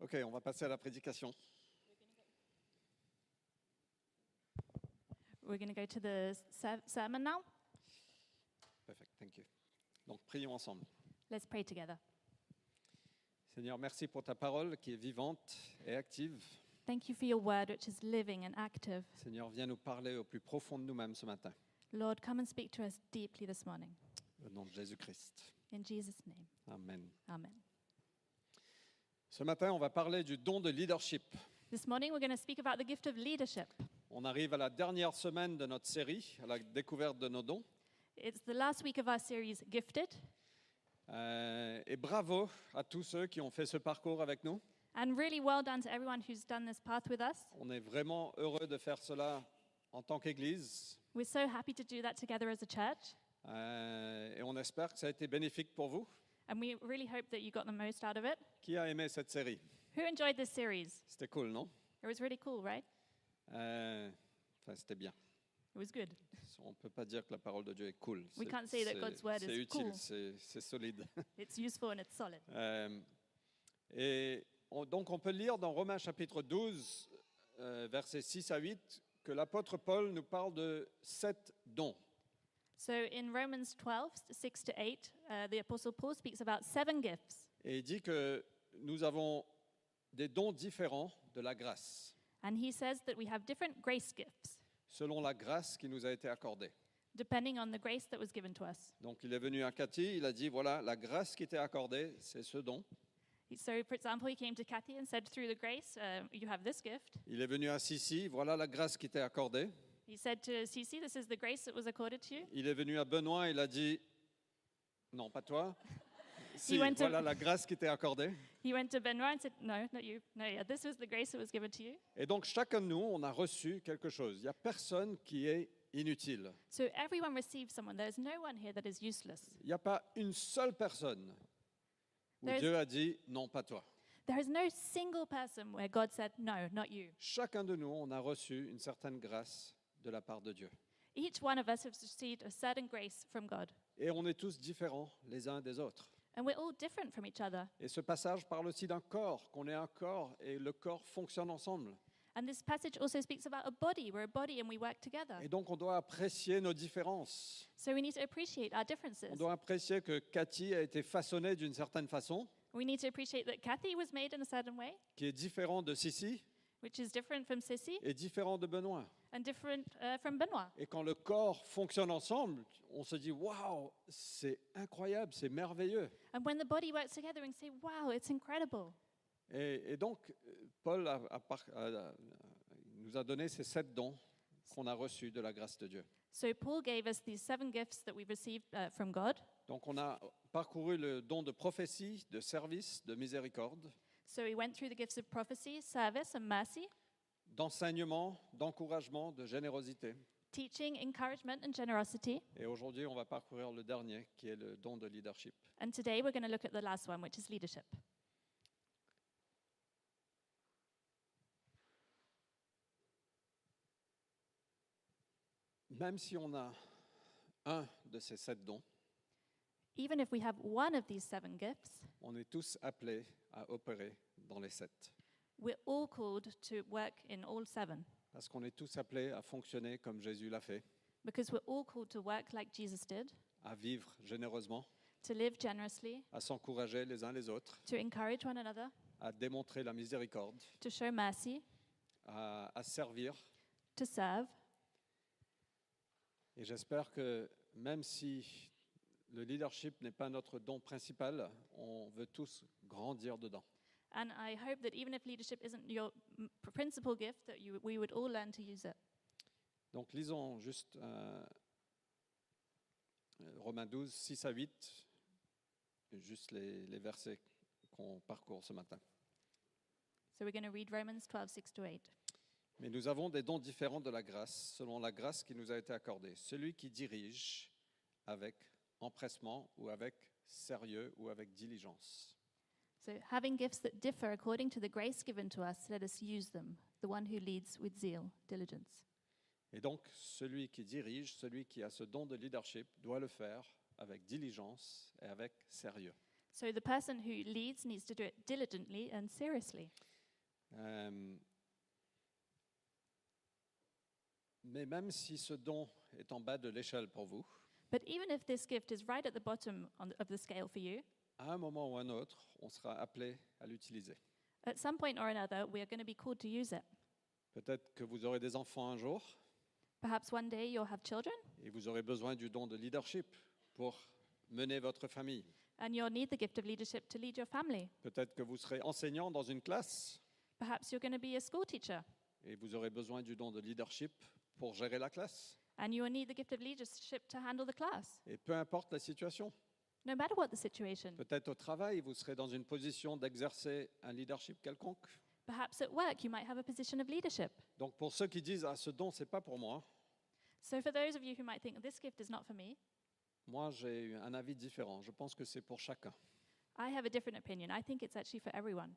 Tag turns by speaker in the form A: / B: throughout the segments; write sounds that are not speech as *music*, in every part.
A: Ok, on va passer à la prédication.
B: We're going to go to the ser- sermon now.
A: Perfect, thank you. Donc, prions ensemble.
B: Let's pray together.
A: Seigneur, merci pour ta parole qui est vivante et active.
B: Thank you for your word, which is living and active.
A: Seigneur, viens nous parler au plus profond de nous-mêmes ce matin.
B: Lord, come and speak to us deeply this morning.
A: Au nom de Jésus-Christ.
B: In Jesus' name,
A: Amen.
B: amen.
A: Ce matin, on va parler du don de leadership.
B: This morning, we're going to speak about the gift of leadership.
A: On arrive à la dernière semaine de notre série, à la découverte de nos dons.
B: It's the last week of our series, Gifted.
A: Euh, et bravo à tous ceux qui ont fait ce parcours avec nous.
B: And really well done to everyone who's done this path with us.
A: On est vraiment heureux de faire cela en tant qu'Église.
B: We're so happy to do that together as a church.
A: Euh, et on espère que ça a été bénéfique pour vous.
B: And we really hope that you got the most out of it.
A: Qui a aimé cette série
B: Who enjoyed this series?
A: C'était cool, non
B: It was really cool, right?
A: Euh, Enfin, c'était bien.
B: It was good.
A: On ne peut pas dire que la parole de Dieu est cool. C'est-
B: We can't say that
A: c'est-
B: God's word
A: C'est
B: is
A: utile,
B: cool.
A: c'est c'est solide.
B: It's useful and it's solid.
A: Euh, et on- donc, on peut lire dans Romains chapitre 12, euh, versets 6 à 8, que l'apôtre Paul nous parle de sept dons.
B: So in Romans 12, 6 to 8, uh, the Apostle Paul speaks about seven gifts.
A: Et il dit que nous avons des dons différents de la grâce,
B: And he says that we have different grace gifts
A: selon la grâce qui nous a été accordée.
B: depending on the grace that was given to us.
A: Donc, il est venu à Cathy, il a dit voilà, la grâce qui t'est accordée, c'est ce don.
B: So, for example, he came to Kathy and said, Through the grace, uh, you have this gift.
A: Il est venu à Sissi, voilà la grâce qui t'est accordée.
B: He said to Cece, This is the grace that was accorded to you.
A: Il est venu à Benoît, il a dit Non, pas
B: *laughs*
A: toi. Si,
B: went to-
A: voilà la grâce qui t'est accordée.
B: He went to Benoit and said, No, not you. No, yeah, this was the grace that was given to you.
A: Et donc, chacun de nous, on a reçu quelque chose. Il n'y a personne qui est inutile.
B: So, everyone receives someone. There's no one here that is useless.
A: Il n'y a pas une seule personne où
B: There's-
A: Dieu a dit Non, pas toi.
B: There is no single person where God said, No, not you.
A: Chacun de nous, on a reçu une certaine grâce de la part de Dieu.
B: Each one of us has received a certain grace from God.
A: Et on est tous différents les uns des autres.
B: And we're all different from each other.
A: Et ce passage parle aussi d'un corps, qu'on est un corps et le corps fonctionne ensemble.
B: And this passage also speaks about a body. We're a body and we work together.
A: Et donc, on doit apprécier nos différences.
B: So we need to appreciate our
A: On
B: differences.
A: doit apprécier que Cathy a été façonnée d'une certaine façon,
B: We need to appreciate that Kathy was made in a certain way,
A: qui est différent de Sissi
B: which is different from Sissy
A: et différent de Benoît.
B: and different uh, from Benoit.
A: Et quand le corps fonctionne ensemble, on se dit waouh, c'est incroyable, c'est merveilleux.
B: And when the body works together, we can say, wow, it's incredible.
A: Et, et donc, euh, Paul a- a par- a- a- nous a donné ces sept dons qu'on a reçus de la grâce de Dieu.
B: So Paul gave us these seven gifts that we've received uh, from God.
A: Donc, on a parcouru le don de prophétie, de service, de miséricorde,
B: So we went through the gifts of prophecy, service, and mercy,
A: d'enseignement, d'encouragement, de générosité.
B: teaching, encouragement, and generosity.
A: Et aujourd'hui, on va parcourir le dernier, qui est le don de leadership.
B: And today we're going to look at the last one, which is leadership.
A: Même si on a un de ces sept dons,
B: Even if we have one of these seven gifts,
A: on est tous appelés à opérer dans les sept.
B: we're all called to work in all seven
A: Parce qu'on est tous appelés à fonctionner comme Jésus l'a fait,
B: because we're all called to work like Jesus did,
A: à vivre généreusement,
B: to live generously,
A: à s'encourager les uns les autres,
B: to encourage one another,
A: à démontrer la miséricorde,
B: to show mercy,
A: à, à servir.
B: to serve.
A: Et j'espère que même si le leadership n'est pas notre don principal, on veut tous grandir dedans.
B: And I hope that even if leadership isn't your m- principal gift, that you, we would all learn to use it.
A: Donc lisons juste euh, euh, Romains 12, 6 à 8, juste les, les versets qu'on parcourt ce matin.
B: So we're going to read Romans 12, 6 to 8.
A: Mais nous avons des dons différents de la grâce, selon la grâce qui nous a été accordée. Celui qui dirige avec empressement ou avec sérieux ou avec diligence.
B: So, having gifts that differ according to the grace given to us, let us use them. The one who leads with zeal, diligence.
A: Et donc, celui qui dirige, celui qui a ce don de leadership, doit le faire avec diligence et avec sérieux.
B: So the person who leads needs to do it diligently and seriously.
A: Euh, mais même si ce don est en bas de l'échelle pour vous,
B: But even if this gift is right at the bottom on, of the scale for you,
A: à un moment ou un autre, on sera appelé à l'utiliser.
B: at some point or another, we are going to be called to use it.
A: Peut-être que vous aurez des enfants un jour
B: Perhaps one day you'll have children
A: et vous aurez besoin du don de leadership pour mener votre famille.
B: and you'll need the gift of leadership to lead your family.
A: Peut-être que vous serez enseignant dans une classe
B: Perhaps you're going to be a school teacher
A: et vous aurez besoin du don de leadership pour gérer la classe.
B: and you will need the gift of leadership to handle the class,
A: Et peu importe la situation,
B: no matter what the situation.
A: peut-être au travail, vous serez dans une position d'exercer un leadership quelconque.
B: Perhaps at work, you might have a position of leadership.
A: Donc pour ceux qui disent ah ce don c'est pas pour moi,
B: So, for those of you who might think this gift is not for me,
A: moi j'ai eu un avis différent. Je pense que c'est pour chacun.
B: I have a different opinion. I think it's actually for everyone.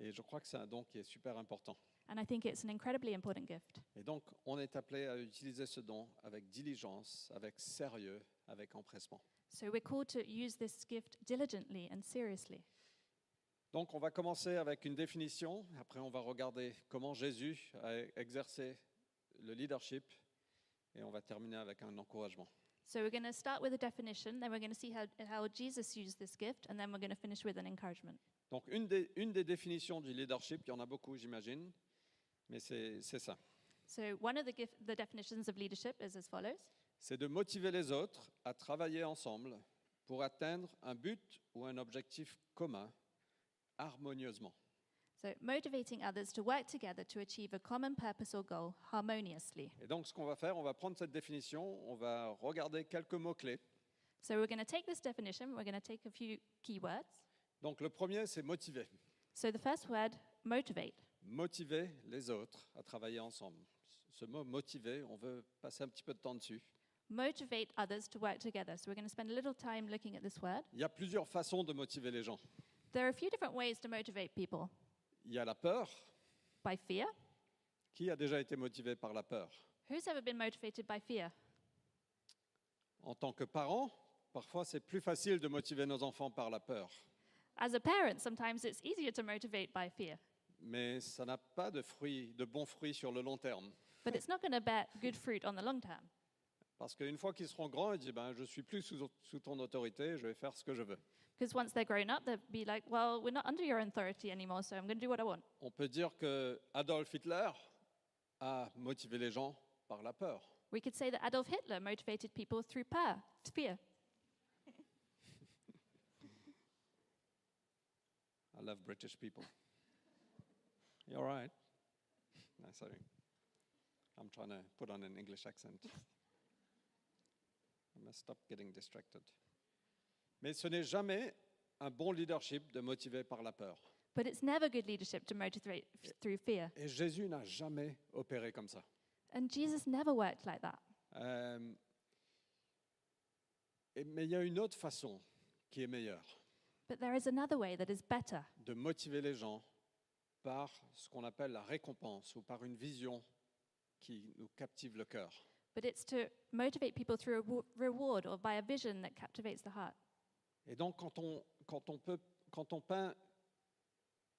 A: Et je crois que c'est un don qui est super important.
B: And I think it's an incredibly important gift.
A: Et donc on est appelé à utiliser ce don avec diligence, avec sérieux, avec empressement.
B: So, we're called to use this gift diligently and seriously.
A: Donc on va commencer avec une définition, après on va regarder comment Jésus a exercé le leadership et on va terminer avec un encouragement.
B: So, we're going to start with a definition, then we're going to see how, how Jesus used this gift, and then we're going to finish with an encouragement.
A: Donc une des, une des définitions du leadership, il y en a beaucoup j'imagine, mais c'est c'est ça.
B: So, one of the, gif- the definitions of leadership is as follows
A: C'est de motiver les autres à travailler ensemble pour atteindre un but ou un objectif commun harmonieusement.
B: So, motivating others to work together to achieve a common purpose or goal harmoniously.
A: Et donc ce qu'on va faire, on va prendre cette définition, on va regarder quelques mots-clés.
B: So, we're going to take this definition, we're going to take a few key words.
A: Donc le premier, c'est motiver.
B: So, the first word, motivate.
A: Motiver les autres à travailler ensemble. Ce mot motiver, on veut passer un petit peu de temps dessus.
B: motivate others to work together. So we're going to spend a little time looking at this word.
A: Il y a plusieurs façons de motiver les gens.
B: There are a few different ways to motivate people
A: Il y a la peur.
B: by fear.
A: Qui a déjà été motivé par la peur
B: Who's ever been motivated by fear?
A: En tant que parent, parfois c'est plus facile de motiver nos enfants par la peur.
B: As a parent, sometimes it's easier to motivate by fear,
A: mais ça n'a pas de, fruits, de bons fruits sur le long terme.
B: but it's not going to bear good fruit on the long term.
A: Parce qu'une fois qu'ils seront grands, ils disent ben, Je suis plus sous, sous ton autorité, je vais faire ce que je veux.
B: Because once they're grown up, they'll be like, well, we're not under your authority anymore, so I'm going to do what I want.
A: On peut dire que Adolf Hitler a motivé les gens par la peur.
B: We could say that Adolf Hitler motivated people through fear. fear.
A: I love British people. *laughs* You're right. No, sorry. I'm trying to put on an English accent. I must stop getting distracted. Mais ce n'est jamais un bon leadership de motiver par la peur.
B: But it's never good leadership to motivate f- through fear.
A: Et Jésus n'a jamais opéré comme ça.
B: And Jesus never worked like that.
A: Euh, et- mais il y a une autre façon qui est meilleure
B: But there is another way that is better.
A: de motiver les gens par ce qu'on appelle la récompense ou par une vision qui nous captive le cœur.
B: but it's to motivate people through a wa- reward or by a vision that captivates the heart.
A: Et donc, quand on, quand on, peut, quand on peint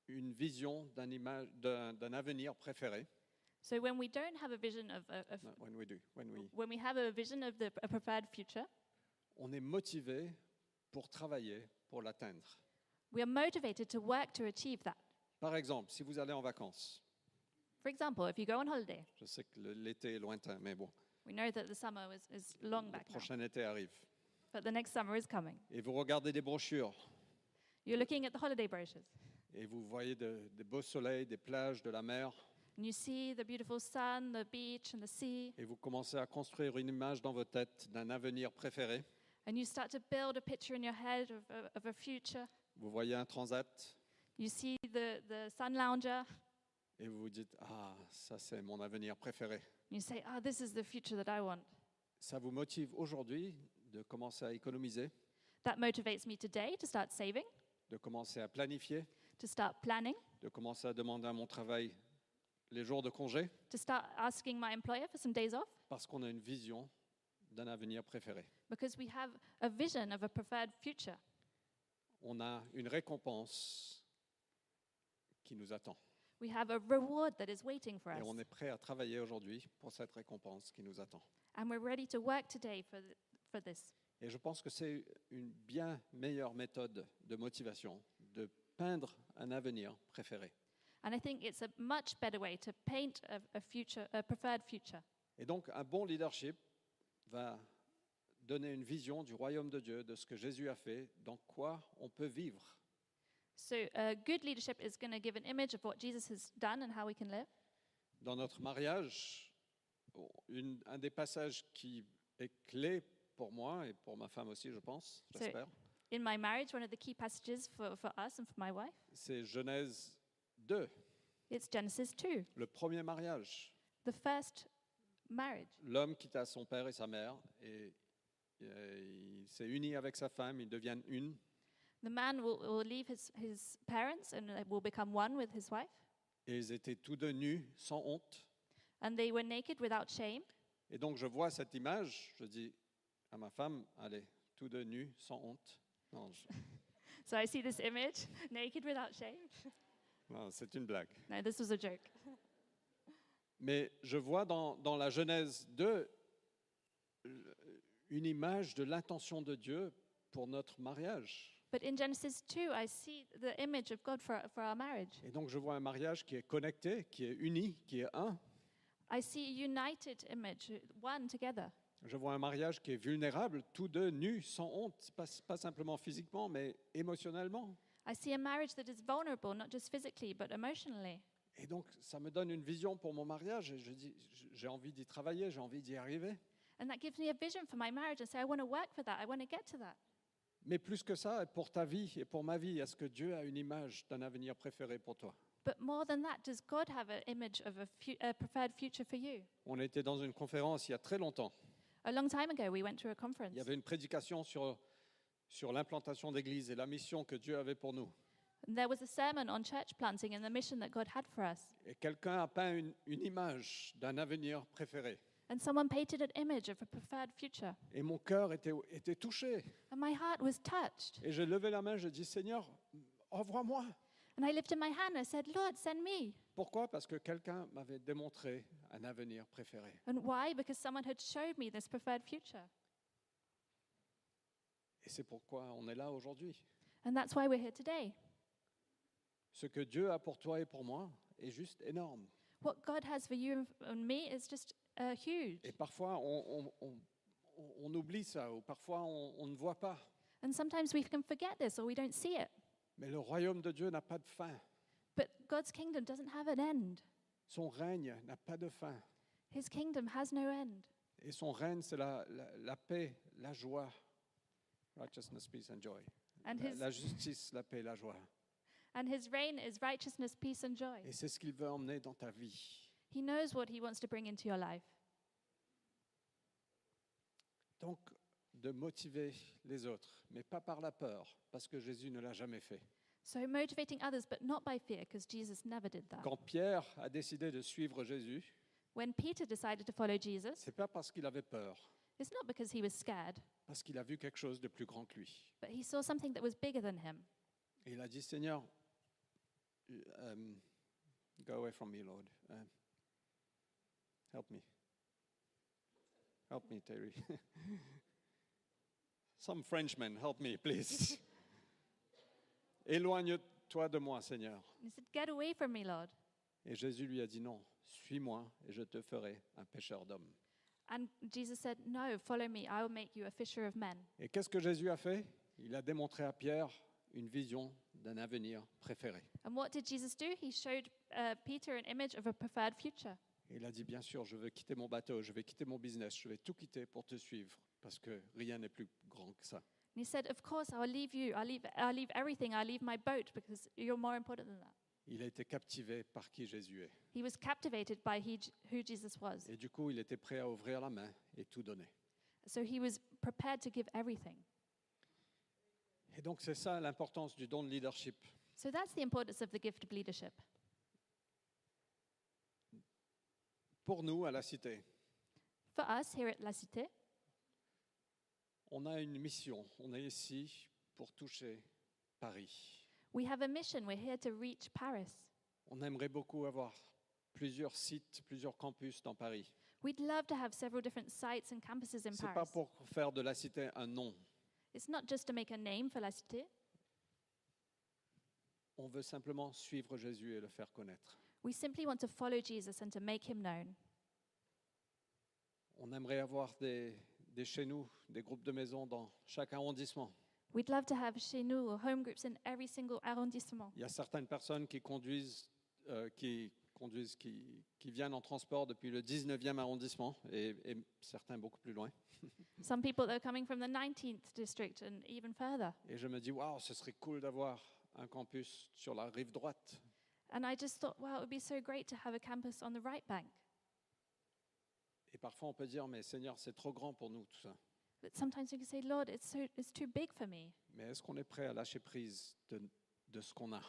A: une vision d'un ima- d'un d'un avenir préféré,
B: So when we don't have a vision of, a, of
A: no, when we do, when we-
B: when we have a vision of the, a preferred future,
A: on est motivé pour travailler, pour l'atteindre.
B: we are motivated to work to achieve that.
A: Par exemple, si vous allez en vacances,
B: For example, if you go on holiday,
A: je sais que le- l'été est lointain, mais bon,
B: we know that the summer is, is long
A: le
B: back now,
A: prochain été arrive.
B: but the next summer is coming.
A: et vous regardez des brochures
B: You're looking at the holiday brochures
A: et vous voyez de- des beaux soleils, des plages, de la mer,
B: and you see the beautiful sun, the beach, and the sea,
A: et vous commencez à construire une image dans votre tête d'un avenir préféré.
B: and you start to build a picture in your head of, a- of a future.
A: Vous voyez un transat
B: You see the, the sun lounger,
A: et vous vous dites Ah, ça c'est mon avenir préféré.
B: you say, Oh, this is the future that I want.
A: Ça vous motive aujourd'hui de commencer à économiser,
B: That motivates me today to start saving,
A: de commencer à planifier,
B: to start planning,
A: de commencer à demander à mon travail les jours de congé,
B: to start asking my employer for some days off
A: parce qu'on a une vision d'un avenir préféré.
B: because we have a vision of a preferred future.
A: on a une récompense qui nous attend.
B: We have a reward that is waiting for us,
A: Et on est prêt à travailler aujourd'hui pour cette récompense qui nous attend.
B: and we're ready to work today for, th- for this.
A: Et je pense que c'est une bien meilleure méthode de motivation de peindre un avenir préféré.
B: And I think it's a much better way to paint a, a future, a preferred future.
A: Et donc, un bon leadership va donner une vision du royaume de Dieu, de ce que Jésus a fait, dans quoi on peut vivre.
B: So, uh, good leadership is going to give an image of what Jesus has done and how we can live.
A: Dans notre mariage, oh, une- un des passages qui est clé pour moi et pour ma femme aussi, je pense,
B: C'est-
A: j'espère,
B: In my marriage, one of the key passages for, for us and for my wife,
A: c'est Genèse 2,
B: it's Genesis 2,
A: le premier mariage.
B: the first marriage.
A: L'homme quitta son père et sa mère et, euh, il s'est uni avec sa femme, ils deviennent une.
B: The man will, will leave his, his parents and uh, will become one with his wife.
A: Et ils étaient tous deux nus, sans honte.
B: And they were naked without shame.
A: Et donc je vois cette image, je dis à ma femme, allez, tous deux nus, sans honte. Non, je-
B: So I see this image, *laughs* naked without shame. *laughs*
A: non, c'est une blague.
B: No, this was a joke.
A: Mais je vois dans, dans la Genèse 2 euh, une image de l'intention de Dieu pour notre mariage.
B: But in Genesis 2, I see the image of God for, for our marriage.
A: Et donc je vois un mariage qui est connecté, qui est uni, qui est un.
B: I see a united image, uh, one together.
A: Je vois un mariage qui est vulnérable, tous deux nus, sans honte, pas, pas simplement physiquement, mais émotionnellement.
B: I see a marriage that is vulnerable, not just physically, but emotionally.
A: Et donc ça me donne une vision pour mon mariage et je dis, j- j'ai envie d'y travailler, j'ai envie d'y arriver.
B: And that gives me a vision for my marriage. I say, I want to work for that. I want to get to that.
A: Mais plus que ça, pour ta vie et pour ma vie, est-ce que Dieu a une image d'un avenir préféré pour toi
B: But more than that, does God have an image of a, fu- a preferred future for you?
A: On était dans une conférence il y a très longtemps.
B: A long time ago, we went to a
A: Il
B: conference.
A: y avait une prédication sur, sur l'implantation d'églises et la mission que Dieu avait pour nous.
B: And there was a sermon on church planting and the mission that God had for us.
A: Et quelqu'un a peint une, une image d'un avenir préféré.
B: And someone painted an image of a preferred future.
A: Et mon cœur était, était touché.
B: And my heart was touched.
A: Et j'ai levé la main, j'ai dit Seigneur, envoie-moi.
B: And I lifted my hand and I said, Lord, send me.
A: Pourquoi Parce que quelqu'un m'avait démontré un avenir préféré.
B: And why? Because someone had showed me this preferred future.
A: Et c'est pourquoi on est là aujourd'hui.
B: And that's why we're here today.
A: Ce que Dieu a pour toi et pour moi est juste énorme.
B: What God has for you and f- and me is just uh, huge.
A: Et parfois, on, on- on- on- on oublie ça, ou parfois, on, on ne voit pas.
B: And sometimes we can forget this or we don't see it.
A: Mais le royaume de Dieu n'a pas de fin.
B: But God's kingdom doesn't have an end.
A: Son règne n'a pas de fin.
B: His kingdom has no end.
A: Et son règne, c'est la, la- la paix, la joie. Righteousness, peace and joy.
B: And
A: La,
B: his,
A: la justice, la paix, la joie.
B: and his reign is righteousness, peace, and joy.
A: Et c'est ce qu'il veut emmener dans ta vie.
B: He knows what he wants to bring into your life.
A: Donc, de motiver les autres, mais pas par la peur, parce que Jésus ne l'a jamais fait.
B: So motivating others, but not by fear, because Jesus never did that.
A: Quand Pierre a décidé de suivre Jésus,
B: When Peter decided to follow Jesus,
A: c'est pas parce qu'il avait peur,
B: it's not because he was scared,
A: parce qu'il a vu quelque chose de plus grand que lui.
B: but he saw something that was bigger than him.
A: Et il a dit, Seigneur, euh, um, go away from me, Lord. Euh, help me. Help me, Terry. *laughs* Some Frenchman, help me, please. Éloigne-toi de moi, Seigneur.
B: He said, Get away from me, Lord.
A: Et Jésus lui a dit, non, suis-moi et je te ferai un pêcheur d'hommes.
B: And Jesus said, No, follow me. I will make you a fisher of men.
A: Et qu'est-ce que Jésus a fait Il a démontré à Pierre une vision d'un avenir préféré.
B: And what did Jesus do? He showed uh, Peter an image of a preferred future.
A: Et il a dit, bien sûr, je vais quitter mon bateau, je vais quitter mon business, je vais tout quitter pour te suivre, parce que rien n'est plus grand que ça.
B: And he said, Of course, I'll leave you. I'll leave, I'll leave everything. I'll leave my boat because you're more important than that.
A: Il a été captivé par qui Jésus est.
B: He was captivated by he, who Jesus was.
A: Et du coup, il était prêt à ouvrir la main et tout donner.
B: So he was prepared to give everything.
A: Et donc, c'est ça l'importance du don de leadership.
B: So that's the importance of the gift of leadership.
A: Pour nous, à la Cité,
B: For us here at La Cité,
A: on a une mission. On est ici pour toucher Paris.
B: We have a mission. We're here to reach Paris.
A: On aimerait beaucoup avoir plusieurs sites, plusieurs campus dans Paris.
B: We'd love to have several different sites and campuses in
A: C'est
B: Paris.
A: pas pour faire de la cité un nom.
B: It's not just to make a name for La Cité.
A: On veut simplement suivre Jésus et le faire connaître.
B: We simply want to follow Jesus and to make him known.
A: On aimerait avoir des, des chez nous, des groupes de maisons dans chaque arrondissement.
B: We'd love to have chez nous or home groups in every single arrondissement.
A: Il y a certaines personnes qui conduisent, euh, qui, conduisent qui, qui viennent en transport depuis le 19e arrondissement et, et certains beaucoup plus loin.
B: Some people that are coming from the 19th district and even further.
A: Et je me dis, waouh, ce serait cool d'avoir un campus sur la rive droite.
B: And I just thought, wow, it would be so great to have a campus on the right bank.
A: Et parfois, on peut dire, mais Seigneur, c'est trop grand pour nous, tout ça.
B: But sometimes you can say, Lord, it's, so, it's too big for me.
A: Mais est-ce qu'on est prêt à lâcher prise de, de ce qu'on a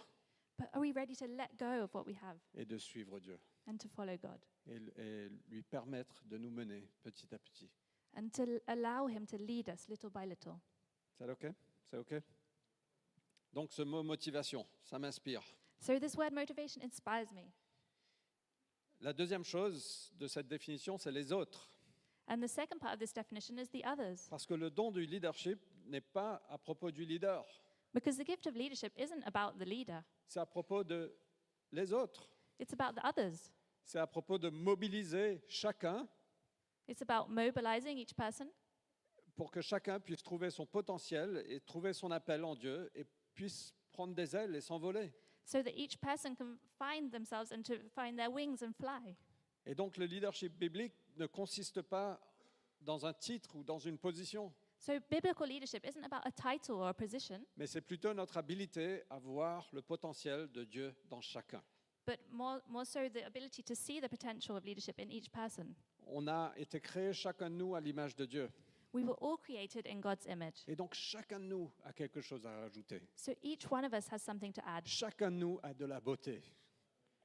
B: But are we ready to let go of what we have
A: et de suivre Dieu
B: and to follow God
A: et, et lui permettre de nous mener petit à petit
B: and to l- allow Him to lead us little by little?
A: C'est OK C'est OK Donc, ce mot motivation, ça m'inspire.
B: So, this word motivation inspires me.
A: La deuxième chose de cette définition, c'est les autres.
B: And the second part of this definition is the others,
A: Parce que le don du leadership n'est pas à propos du leader,
B: because the gift of leadership isn't about the leader,
A: c'est à propos de les autres.
B: it's about the others.
A: C'est à propos de mobiliser chacun
B: It's about mobilizing each person
A: pour que chacun puisse trouver son potentiel et trouver son appel en Dieu et puisse prendre des ailes et s'envoler.
B: so that each person can find themselves and to find their wings and fly.
A: Et donc le leadership biblique ne consiste pas dans un titre ou dans une position,
B: So, biblical leadership isn't about a title or a position,
A: mais c'est plutôt notre habilité à voir le potentiel de Dieu dans chacun.
B: but more, more so the ability to see the potential of leadership in each person.
A: On a été créés chacun de nous à l'image de Dieu.
B: We were all created in God's image.
A: Et donc chacun de nous a quelque chose à rajouter.
B: So each one of us has something to add.
A: Chacun de nous a de la beauté.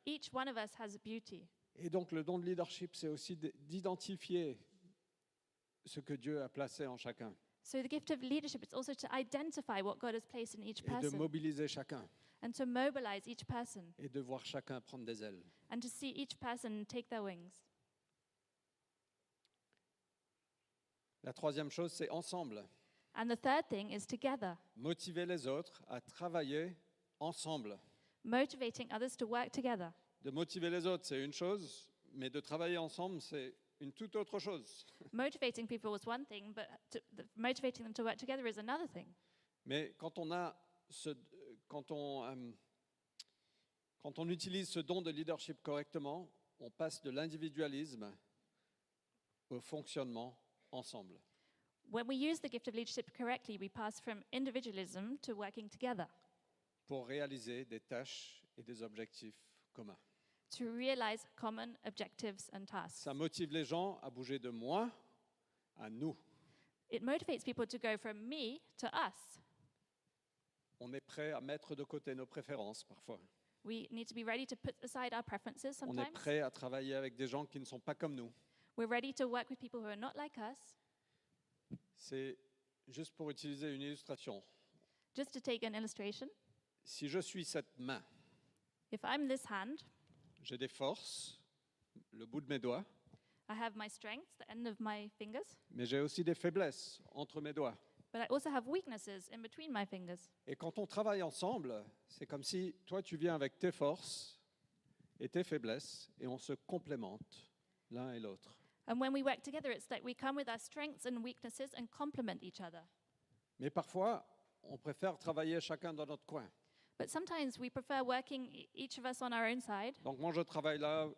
B: Each one of us has beauty.
A: Et donc le don de leadership, c'est aussi d- d'identifier ce que Dieu a placé en chacun
B: So the gift of leadership is also to identify what God has placed in each
A: et de
B: person
A: mobiliser chacun
B: and to mobilize each person
A: et de voir chacun prendre des ailes.
B: and to see each person take their wings.
A: La troisième chose, c'est ensemble.
B: And the third thing is together,
A: Motiver les autres à travailler ensemble.
B: motivating others to work together.
A: De motiver les autres, c'est une chose, mais de travailler ensemble, c'est une toute autre chose.
B: motivating people was one thing, but to, the, motivating them to work together is another thing.
A: Mais quand on a ce, quand on, euh, quand on utilise ce don de leadership correctement, on passe de l'individualisme au fonctionnement ensemble.
B: When we use the gift of leadership correctly, we pass from individualism to working together
A: pour réaliser des tâches et des objectifs communs.
B: to realize common objectives and tasks.
A: Ça motive les gens à bouger de moi à nous.
B: It motivates people to go from me to us.
A: On est prêt à mettre de côté nos préférences parfois.
B: We need to be ready to put aside our preferences
A: On est
B: sometimes.
A: prêt à travailler avec des gens qui ne sont pas comme nous.
B: We're ready to work with people who are not like us.
A: C'est juste pour utiliser une illustration.
B: Just to take an illustration,
A: Si je suis cette main,
B: if I'm this hand,
A: j'ai des forces, le bout de mes doigts,
B: I have my strength, the end of my fingers,
A: mais j'ai aussi des faiblesses entre mes doigts.
B: but I also have weaknesses in between my fingers.
A: Et quand on travaille ensemble, c'est comme si toi tu viens avec tes forces et tes faiblesses et on se complémente l'un et l'autre.
B: And when we work together, it's like we come with our strengths and weaknesses and complement each other.
A: Mais parfois, on préfère travailler chacun dans notre coin.
B: But sometimes we prefer working e- each of us on our own side.
A: Donc moi je travaille là,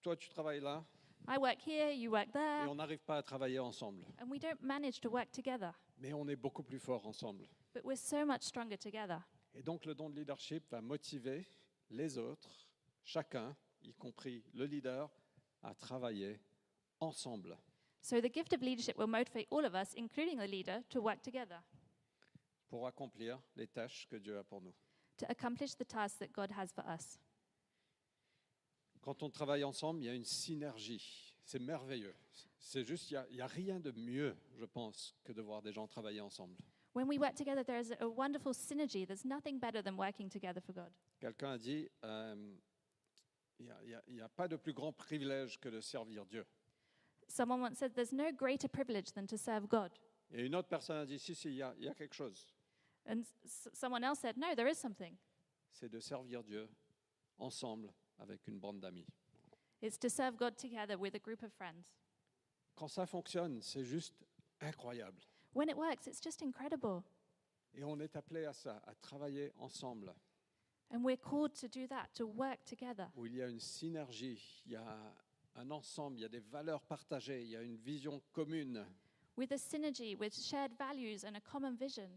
A: toi tu travailles là,
B: I work here, you work there,
A: et on n'arrive pas à travailler ensemble.
B: and we don't manage to work together.
A: Mais on est beaucoup plus fort ensemble.
B: But we're so much stronger together.
A: Et donc le don de leadership va motiver les autres, chacun, y compris le leader, à travailler ensemble.
B: So the gift of leadership will motivate all of us, including the leader, to work together
A: pour accomplir les tâches que Dieu a pour nous.
B: to accomplish the tasks that God has for us.
A: Quand on travaille ensemble, il y a une synergie. C'est merveilleux. C'est juste, il n'y a, il y a rien de mieux, je pense, que de voir des gens travailler ensemble.
B: When we work together, there is a wonderful synergy. There's nothing better than working together for God.
A: Quelqu'un a dit, euh, il n'y a- il y a- il y a pas de plus grand privilège que de servir Dieu.
B: Someone once said, There's no greater privilege than to serve God.
A: Et une autre personne a dit, si, si, il y a- il y a quelque chose.
B: And s- someone else said, No, there is something.
A: C'est de servir Dieu ensemble avec une bande d'amis.
B: It's to serve God together with a group of friends.
A: Quand ça fonctionne, c'est juste incroyable.
B: When it works, it's just incredible.
A: Et on est appelé à ça, à travailler ensemble,
B: And we're called to do that, to work together,
A: où il y a une synergie, il y a un ensemble, il y a des valeurs partagées, il y a une vision commune.
B: with a synergy, with shared values and a common vision.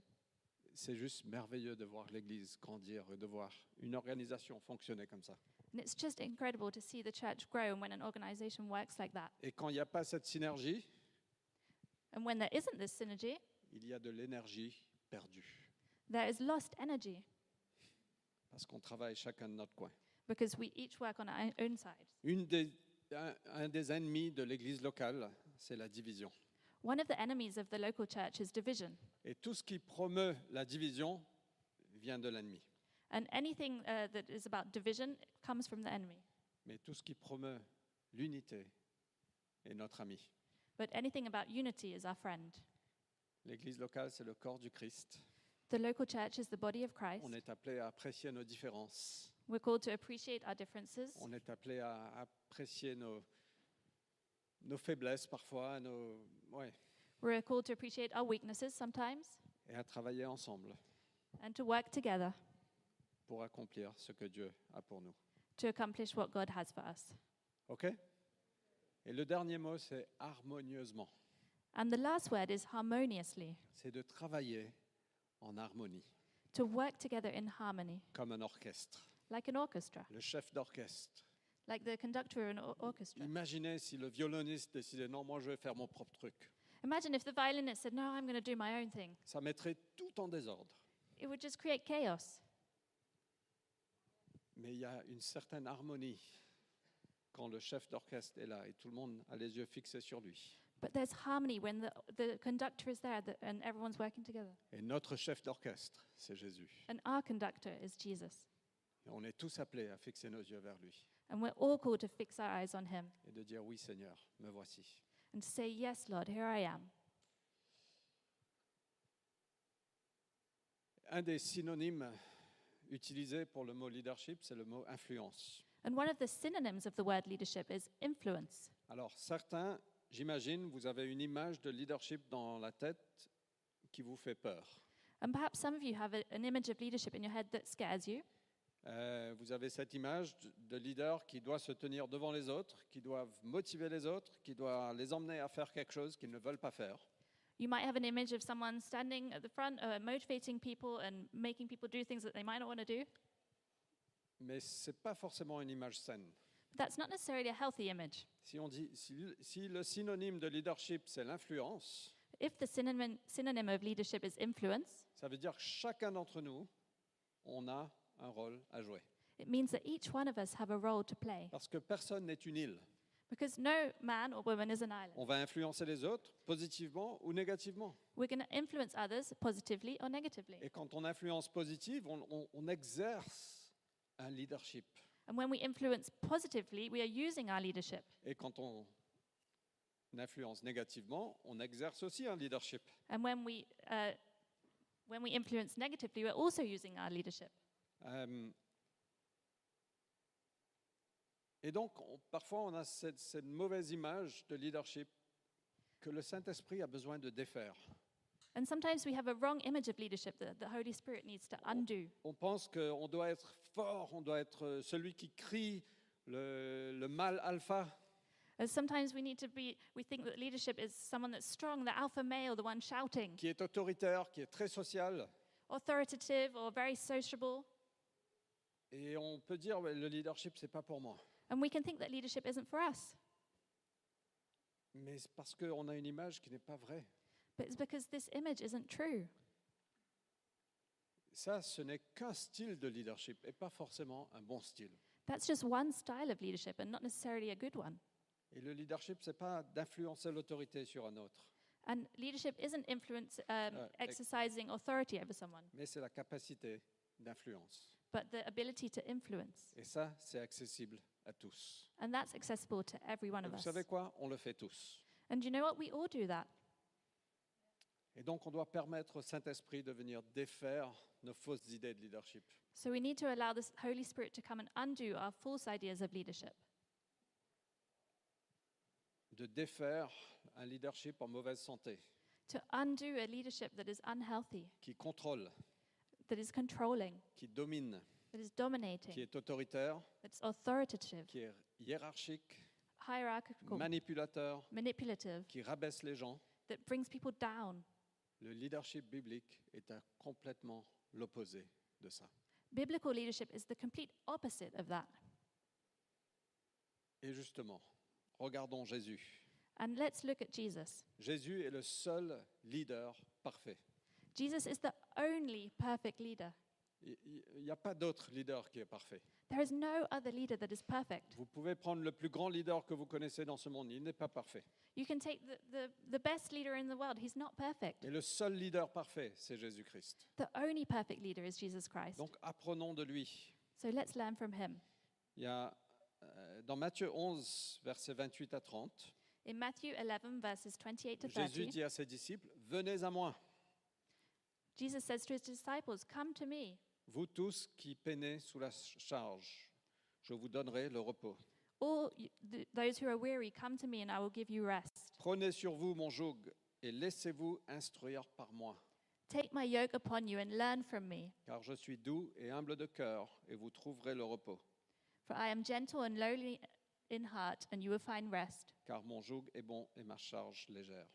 A: C'est juste merveilleux de voir l'Église grandir et de voir une organisation fonctionner comme ça.
B: And it's just incredible to see the church grow and when an organization works like that.
A: Et quand il n'y a pas cette synergie,
B: And when there isn't this synergy,
A: il y a de l'énergie perdue,
B: there is lost energy
A: parce qu'on travaille chacun de notre coin.
B: because we each work on our own- own side.
A: Une des- un, un des ennemis de l'Église locale, c'est la division.
B: One of the enemies of the local church is division.
A: Et tout ce qui promeut la division vient de l'ennemi.
B: And anything uh, that is about division comes from the enemy.
A: Mais tout ce qui promeut l'unité est notre ami.
B: But anything about unity is our friend.
A: L'Église locale, c'est le corps du Christ.
B: The local church is the body of Christ.
A: On est appelé à apprécier nos différences.
B: We're called to appreciate our differences.
A: On est appelé à apprécier nos, nos faiblesses parfois, nos, ouais,
B: We're called to appreciate our weaknesses sometimes
A: et à travailler ensemble
B: and to work together
A: pour accomplir ce que Dieu a pour nous.
B: to accomplish what God has for us.
A: OK Et le dernier mot, c'est harmonieusement.
B: And the last word is harmoniously,
A: C'est de travailler en harmonie,
B: to work together in harmony,
A: comme un orchestre.
B: like an orchestra,
A: Le chef d'orchestre.
B: like the conductor of an or- orchestra.
A: Imaginez si le violoniste décidait non, moi je vais faire mon propre truc.
B: Imagine if the violinist said, No, I'm going to do my own thing.
A: Ça mettrait tout en désordre.
B: It would just create chaos.
A: Mais il y a une certaine harmonie quand le chef d'orchestre est là et tout le monde a les yeux fixés sur lui.
B: But there's harmony when the, the conductor is there the, and everyone's working together.
A: Et notre chef d'orchestre, c'est Jésus.
B: And our conductor is Jesus.
A: Et on est tous appelés à fixer nos yeux vers lui
B: And we're all called to fix our eyes on him
A: et de dire oui Seigneur, me voici.
B: and to say, Yes, Lord, here I am.
A: Un des synonymes utilisés pour le mot leadership, c'est le mot influence.
B: And one of the synonyms of the word leadership is influence.
A: Alors certains, j'imagine, vous avez une image de leadership dans la tête qui vous fait peur.
B: And perhaps some of you have a, an image of leadership in your head that scares you.
A: Euh, vous avez cette image de- de leader qui doit se tenir devant les autres, qui doit motiver les autres, qui doit les emmener à faire quelque chose qu'ils ne veulent pas faire.
B: You might have an image of someone standing at the front, uh, motivating people and making people do things that they might not want to do.
A: Mais ce n'est pas forcément une image saine.
B: But that's not necessarily a healthy image.
A: Si, on dit, si, le- si le synonyme de leadership, c'est l'influence,
B: If the synonym, synonym of leadership is influence,
A: ça veut dire que chacun d'entre nous, on a un rôle à jouer.
B: it means that each one of us have a role to play.
A: Parce que personne n'est une île.
B: Because no man or woman is an island.
A: On va influencer les autres, positivement ou négativement.
B: We're going to influence others positively or negatively.
A: Et quand on influence positive, on- on- on exerce un leadership.
B: And when we influence positively, we are using our leadership.
A: Et quand on influence négativement, on exerce aussi un leadership.
B: And when we, uh, when we influence negatively, we're also using our leadership.
A: Euh, et donc, on- parfois, on a cette, cette mauvaise image de leadership que le Saint-Esprit a besoin de défaire.
B: And sometimes we have a wrong image of leadership that the Holy Spirit needs to undo.
A: On pense qu'on doit être fort, on doit être euh, celui qui crie le, le mal alpha.
B: And sometimes we need to be, we think that leadership is someone that's strong, the alpha male, the one shouting,
A: qui est autoritaire, qui est très social.
B: authoritative or very sociable.
A: Et on peut dire, Ouais, le leadership, c'est pas pour moi.
B: And we can think that leadership isn't for us.
A: Mais c'est parce qu'on a une image qui n'est pas vraie.
B: But it's because this image isn't true.
A: Ça, ce n'est qu'un style de leadership et pas forcément un bon style.
B: That's just one style of leadership and not necessarily a good one.
A: Et le leadership, c'est pas d'influencer l'autorité sur un autre.
B: And leadership isn't influence, um,
A: Uh, ex-
B: exercising authority over someone,
A: mais c'est la capacité d'influence.
B: but the ability to influence.
A: Et ça, c'est accessible à tous.
B: And that's accessible to every one
A: Et
B: of
A: vous
B: us.
A: savez quoi On le fait tous.
B: And you know what? We all do that.
A: Et donc, on doit permettre au Saint-Esprit de venir défaire nos fausses idées de leadership.
B: So we need to allow the Holy Spirit to come and undo our false ideas of leadership,
A: de défaire un leadership en mauvaise santé,
B: to undo a leadership that is unhealthy,
A: qui contrôle,
B: that is controlling,
A: qui domine,
B: that is
A: qui
B: dominating,
A: est autoritaire,
B: that's authoritative,
A: qui est hiérarchique,
B: hierarchical,
A: manipulateur,
B: manipulative,
A: qui rabaisse les gens.
B: that brings people down.
A: Le leadership biblique est à complètement l'opposé de ça.
B: Biblical leadership is the complete opposite of that.
A: Et justement, regardons Jésus.
B: And let's look at Jesus.
A: Jésus est le seul leader parfait.
B: Jesus is the only perfect leader.
A: Il n'y a pas d'autre leader qui est parfait.
B: There is no other leader that is perfect.
A: Vous pouvez prendre le plus grand leader que vous connaissez dans ce monde, il n'est pas parfait.
B: You can take the, the, the best leader in the world, he's not perfect.
A: Et le seul leader parfait, c'est Jésus-Christ.
B: The only perfect leader is Jesus Christ.
A: Donc apprenons de lui.
B: So let's learn from him.
A: Il y a euh, dans Matthieu 11, versets 28 à 30,
B: In Matthew 11, verses 28 to
A: Jésus
B: 30,
A: dit à ses disciples, Venez à moi,
B: Jesus says to his disciples, Come to me,
A: vous tous qui peinez sous la ch- charge, je vous donnerai le repos.
B: all y- th- those who are weary, come to me, and I will give you rest.
A: Prenez sur vous mon joug et laissez-vous instruire par moi,
B: Take my yoke upon you and learn from me,
A: car je suis doux et humble de cœur, et vous trouverez le repos,
B: for I am gentle and lowly in heart, and you will find rest.
A: car mon joug est bon et ma charge légère.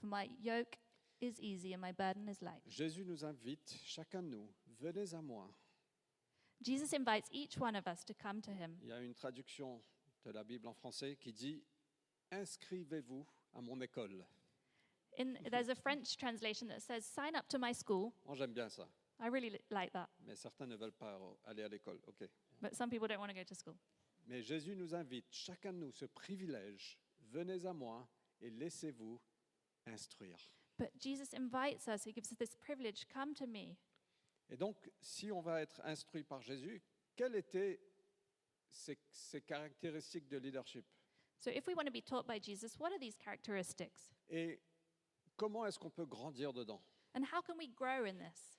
B: For my yoke is easy and my burden is light.
A: Jésus nous invite, chacun de nous, venez à moi.
B: Jesus invites each one of us to come to him.
A: Il y a une traduction de la Bible en français qui dit, Inscrivez-vous à mon école.
B: In, there's a French translation that says, Sign up to my school.
A: Moi Oh, j'aime bien ça.
B: I really li- like that,
A: Mais certains ne veulent pas re- aller à l'école. ok.
B: but some people don't want to go to school.
A: Mais Jésus nous invite, chacun de nous, ce privilège. Venez à moi et laissez-vous instruire.
B: But Jesus invites us, he gives us this privilege come to me.
A: Et donc, si on va être instruit par Jésus, quelles étaient ces, ces caractéristiques de leadership
B: So if we want to be taught by Jesus, what are these characteristics?
A: Et comment est-ce qu'on peut grandir dedans
B: And how can we grow in this?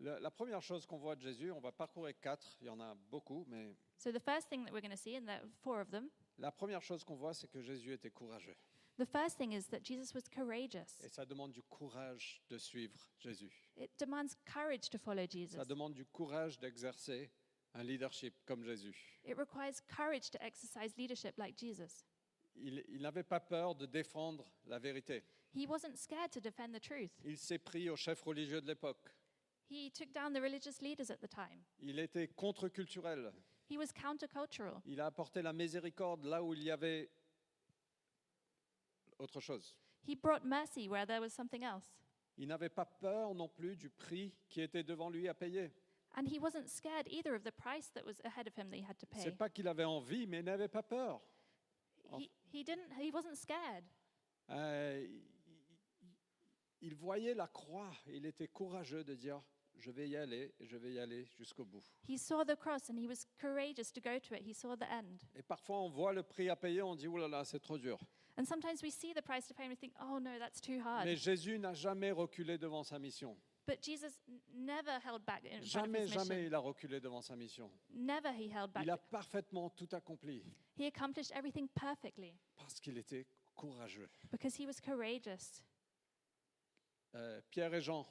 A: Le- La première chose qu'on voit de Jésus, on va parcourir quatre, il y en a beaucoup, mais
B: So the first thing that we're going to see, and there are four of them,
A: la première chose qu'on voit, c'est que Jésus était courageux.
B: the first thing is that Jesus was courageous.
A: Et ça demande du courage de suivre Jésus.
B: It demands courage to follow Jesus.
A: Ça demande du courage d'exercer un leadership comme Jésus.
B: It requires courage to exercise leadership like Jesus.
A: Il, il n'avait pas peur de défendre la vérité.
B: He wasn't scared to defend the truth.
A: Il s'est pris aux chefs religieux de l'époque.
B: He took down the religious leaders at the time.
A: Il était contre-culturel.
B: He was countercultural.
A: Il a apporté la miséricorde là où il y avait autre chose.
B: He brought mercy where there was something else.
A: Il n'avait pas peur non plus du prix qui était devant lui à payer.
B: And he wasn't scared either of the price that was ahead of him that he had to
A: C'est
B: pay.
A: pas qu'il avait envie, mais il n'avait pas peur.
B: He, he didn't he wasn't scared.
A: Euh, il- il voyait la croix. Il était courageux de dire Je vais y aller, je vais y aller jusqu'au bout.
B: He saw the cross and he was courageous to go to it. He saw the end.
A: Et parfois, on voit le prix à payer, on dit, oh là là, c'est trop dur.
B: And sometimes we see the price to pay and we think, "Oh no, that's too hard."
A: Mais Jésus n'a jamais reculé devant sa mission.
B: but Jesus n- never held back in front of
A: Jamais,
B: his mission.
A: jamais il a reculé devant sa mission.
B: Never he held back.
A: Il a parfaitement tout accompli
B: He accomplished everything perfectly
A: parce qu'il était courageux.
B: because he was courageous.
A: Euh, Pierre et Jean,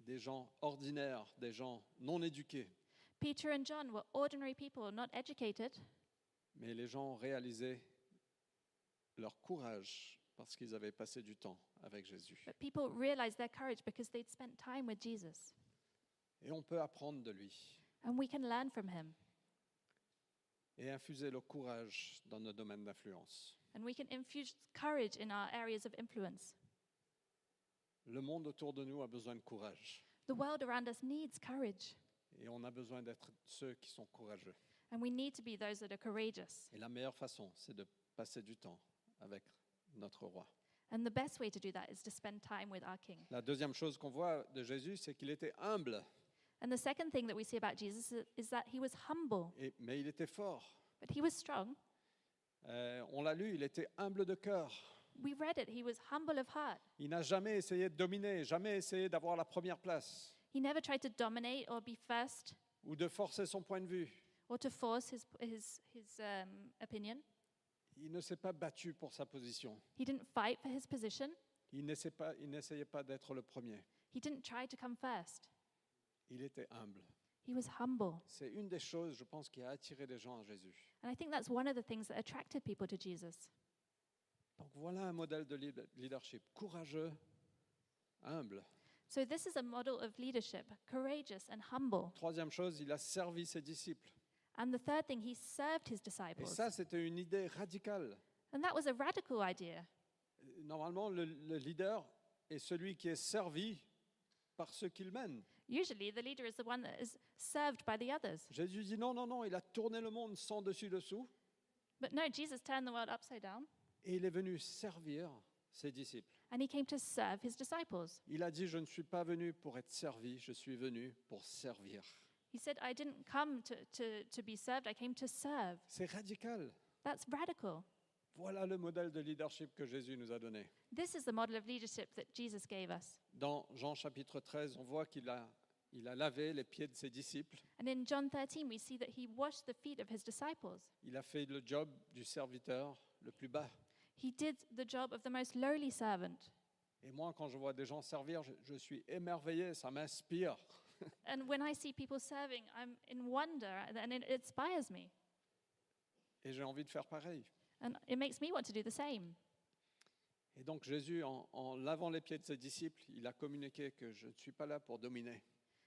A: des gens ordinaires, des gens non éduqués,
B: Peter and John were ordinary people, not educated,
A: mais les gens ont réalisé leur courage parce qu'ils avaient passé du temps avec Jésus.
B: but people realized their courage because they'd spent time with Jesus.
A: Et on peut apprendre de lui
B: And we can learn from him,
A: et infuser le courage dans nos domaines d'influence.
B: and we can infuse courage in our areas of influence.
A: Le monde autour de nous a besoin de courage.
B: The world around us needs courage,
A: Et on a besoin d'être ceux qui sont courageux.
B: and we need to be those that are courageous.
A: Et la meilleure façon, c'est de passer du temps avec notre roi.
B: And the best way to do that is to spend time with our King.
A: La deuxième chose qu'on voit de Jésus, c'est qu'il était humble,
B: And the second thing that we see about Jesus i- is that he was humble,
A: et- mais il était fort.
B: but he was strong.
A: Euh, on l'a lu, il était humble de cœur.
B: We read it, he was humble of heart.
A: Il n'a jamais essayé de dominer, jamais essayé d'avoir la première place
B: He never tried to dominate or be first
A: ou de forcer son point de vue.
B: or to force his, his, his um, opinion.
A: Il ne s'est pas battu pour sa position.
B: He didn't fight for his position.
A: Il n'essayait pas, il n'essayait pas d'être le premier.
B: He didn't try to come first.
A: Il était humble.
B: He was humble.
A: C'est une des choses, je pense, qui a attiré les gens à Jésus.
B: And I think that's one of the things that attracted people to Jesus.
A: Donc voilà un modèle de lead- leadership courageux, humble.
B: So, this is a model of leadership courageous and humble.
A: Troisième chose, il a servi ses disciples.
B: And the third thing, he served his
A: Et
B: disciples.
A: ça, c'était une idée radicale.
B: And that was a radical idea.
A: Normalement, le, le leader est celui qui est servi par ceux qu'il mène.
B: Usually, the leader is the one that is served by the others.
A: Jésus dit non, non, non, il a tourné le monde sans dessus-dessous
B: But no, Jesus turned the world upside down
A: et il est venu servir ses disciples.
B: and he came to serve his disciples.
A: Il a dit, je ne suis pas venu pour être servi, je suis venu pour servir.
B: He said, I didn't come to, to, to be served, I came to serve.
A: C'est radical.
B: That's radical.
A: Voilà le modèle de leadership que Jésus nous a donné.
B: This is the model of leadership that Jesus gave us.
A: Dans Jean chapitre 13, on voit qu'il a, il a lavé les pieds de ses disciples.
B: And in John 13, we see that he washed the feet of his disciples.
A: Il a fait le job du serviteur le plus bas.
B: He did the job of the most lowly servant.
A: Et moi, quand je vois des gens servir, je, je suis émerveillé, ça m'inspire.
B: And when I see people serving, I'm in wonder and it inspires me.
A: Et j'ai envie de faire pareil.
B: And it makes me want to do the same.
A: Et donc Jésus, en, en lavant les pieds de ses disciples, il a communiqué que je ne suis pas là pour dominer.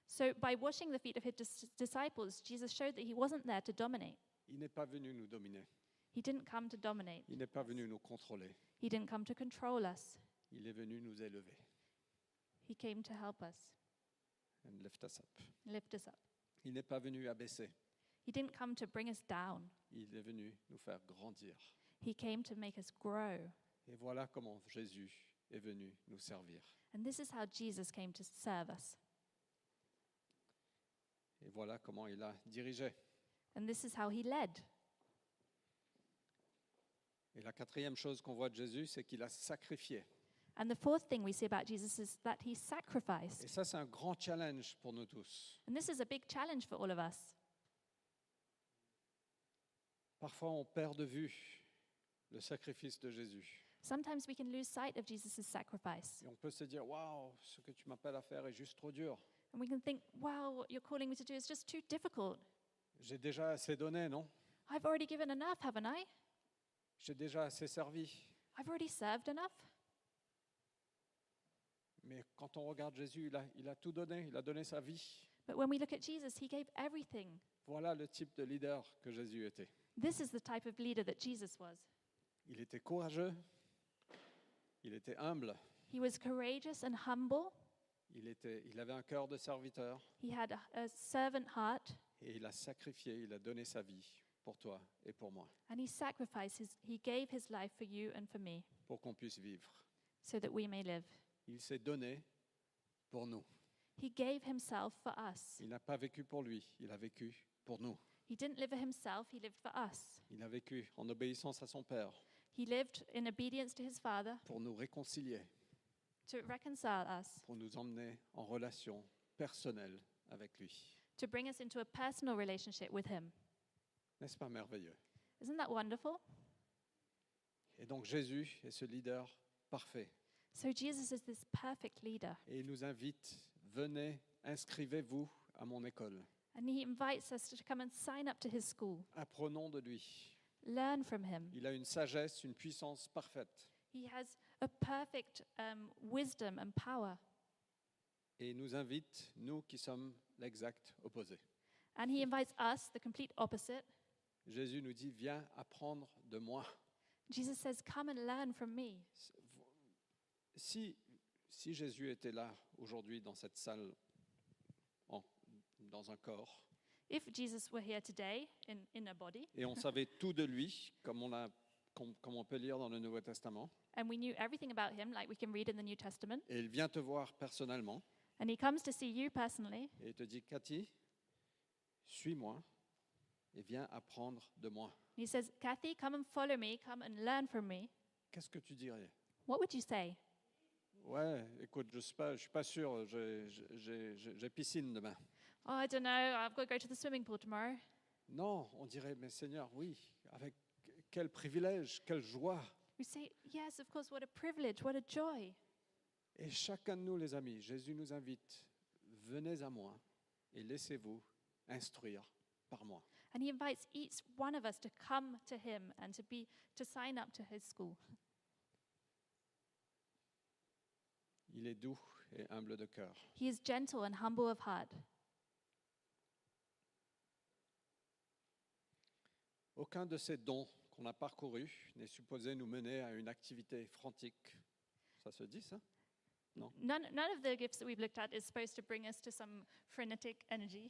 B: So, by washing the feet of his dis- disciples, Jesus showed that he wasn't there to dominate.
A: Il n'est pas venu nous dominer.
B: He didn't come to dominate,
A: Il n'est pas venu nous contrôler.
B: he didn't come to control us,
A: Il est venu nous élever.
B: he came to help us,
A: And lift us up.
B: lift us up.
A: Il n'est pas venu abaisser.
B: He didn't come to bring us down,
A: Il est venu nous faire grandir.
B: he came to make us grow.
A: Et voilà comment Jésus est venu nous servir.
B: And this is how Jesus came to serve us.
A: Et voilà comment il a dirigé.
B: And this is how he led.
A: Et la quatrième chose qu'on voit de Jésus, c'est qu'il a sacrifié.
B: And the fourth thing we see about Jesus is that he
A: Et
B: sacrificed.
A: ça, c'est un grand challenge pour nous tous.
B: And this is a big challenge for all of us.
A: Parfois, on perd de vue le sacrifice de Jésus.
B: Sometimes we can lose sight of Jesus' sacrifice.
A: Et on peut se dire, waouh, ce que tu m'appelles à faire est juste trop dur.
B: And we can think, wow, what you're calling me to do is just too difficult.
A: J'ai déjà assez donné, non
B: I've already given enough, haven't I?
A: J'ai déjà assez servi.
B: I've already served enough.
A: Mais quand on regarde Jésus, il a, il a tout donné, il a donné sa vie.
B: But when we look at Jesus, he gave everything.
A: Voilà le type de leader que Jésus était.
B: This is the type of leader that Jesus was.
A: Il était courageux, il était humble,
B: He was courageous and humble.
A: il, était, il avait un cœur de serviteur
B: He had a, a servant heart,
A: et il a sacrifié, il a donné sa vie pour toi et pour moi,
B: and he sacrificed his, he gave his life for you and for me
A: pour qu'on puisse vivre.
B: so that we may live.
A: Il s'est donné pour nous.
B: He gave himself for us.
A: Il n'a pas vécu pour lui, il a vécu pour nous.
B: He didn't live for himself, he lived for us.
A: Il a vécu en obéissance à son Père
B: He lived in obedience to his Father
A: pour nous réconcilier,
B: to reconcile us,
A: pour nous emmener en relation personnelle avec lui.
B: to bring us into a personal relationship with him.
A: N'est-ce pas merveilleux
B: Isn't that wonderful?
A: Et donc Jésus est ce leader parfait
B: So Jesus is this perfect leader,
A: et il nous invite, venez, inscrivez-vous à mon école.
B: and he invites us to come and sign up to his school,
A: Apprenons de lui.
B: learn from him.
A: Il a une sagesse, une puissance parfaite
B: He has a perfect um, wisdom and power,
A: et il nous invite, nous qui sommes l'exact opposé.
B: and he invites us, the complete opposite.
A: Jésus nous dit, viens apprendre de moi.
B: Jesus says, Come and learn from me.
A: Si, si Jésus était là aujourd'hui dans cette salle, en- dans un corps,
B: If Jesus were here today in, in a body,
A: *laughs* et on savait tout de lui, comme on l'a comme, comme on peut lire dans le Nouveau Testament.
B: And we knew everything about him, like we can read in the New Testament.
A: Et il vient te voir personnellement
B: And he comes to see you personally
A: et il te dit, Cathy, suis-moi et viens apprendre de moi.
B: He says, Kathy, come and follow me, come and learn from me.
A: Qu'est-ce que tu dirais
B: What would you say?
A: Ouais, écoute, je sais pas, je suis pas sûr. j'ai- j'ai- J'ai j'ai- j'ai piscine demain.
B: Oh, I don't know. I've got to go to the swimming pool tomorrow.
A: Non, on dirait, mais Seigneur, oui, avec quel privilège, quelle joie.
B: We say, Yes, of course. What a privilege. What a joy.
A: Et chacun de nous, les amis, Jésus nous invite, venez à moi et laissez-vous instruire par moi.
B: And he invites each one of us to come to him and to be to sign up to his school.
A: Il est doux et humble de cœur.
B: He is gentle and humble of heart.
A: Aucun de ces dons qu'on a parcourus n'est supposé nous mener à une activité frantique. Ça se dit, ça Non.
B: None, none of the gifts that we've looked at is supposed to bring us to some frenetic energy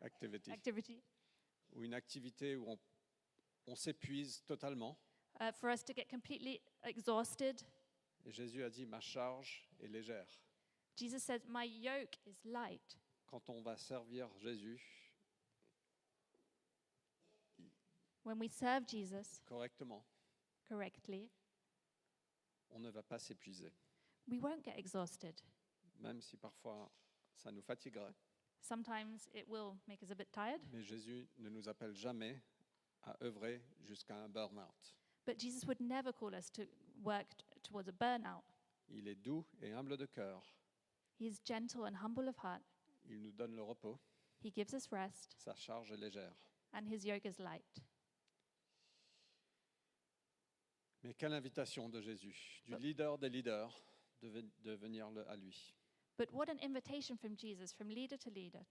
A: Activity.
B: activity
A: Ou une activité où on, on s'épuise totalement.
B: uh, for us to get completely exhausted.
A: Et Jésus a dit, ma charge est légère.
B: Jesus says, My yoke is light.
A: Quand on va servir Jésus
B: When we serve Jesus
A: correctement,
B: correctly,
A: on ne va pas s'épuiser.
B: we won't get exhausted.
A: Même si parfois ça nous fatiguerait.
B: Sometimes it will make us a bit tired,
A: Mais Jésus ne nous appelle jamais à œuvrer jusqu'à un burn-out.
B: but Jesus would never call us to work t- towards a burnout.
A: Il est doux et humble de cœur.
B: He is gentle and humble of heart.
A: Il nous donne le repos.
B: He gives us rest,
A: Sa charge est légère.
B: and his yoke is light.
A: Mais quelle invitation de Jésus, du leader des leaders, de, ven- de venir le- à lui.
B: But what an invitation from Jesus, from leader to leader.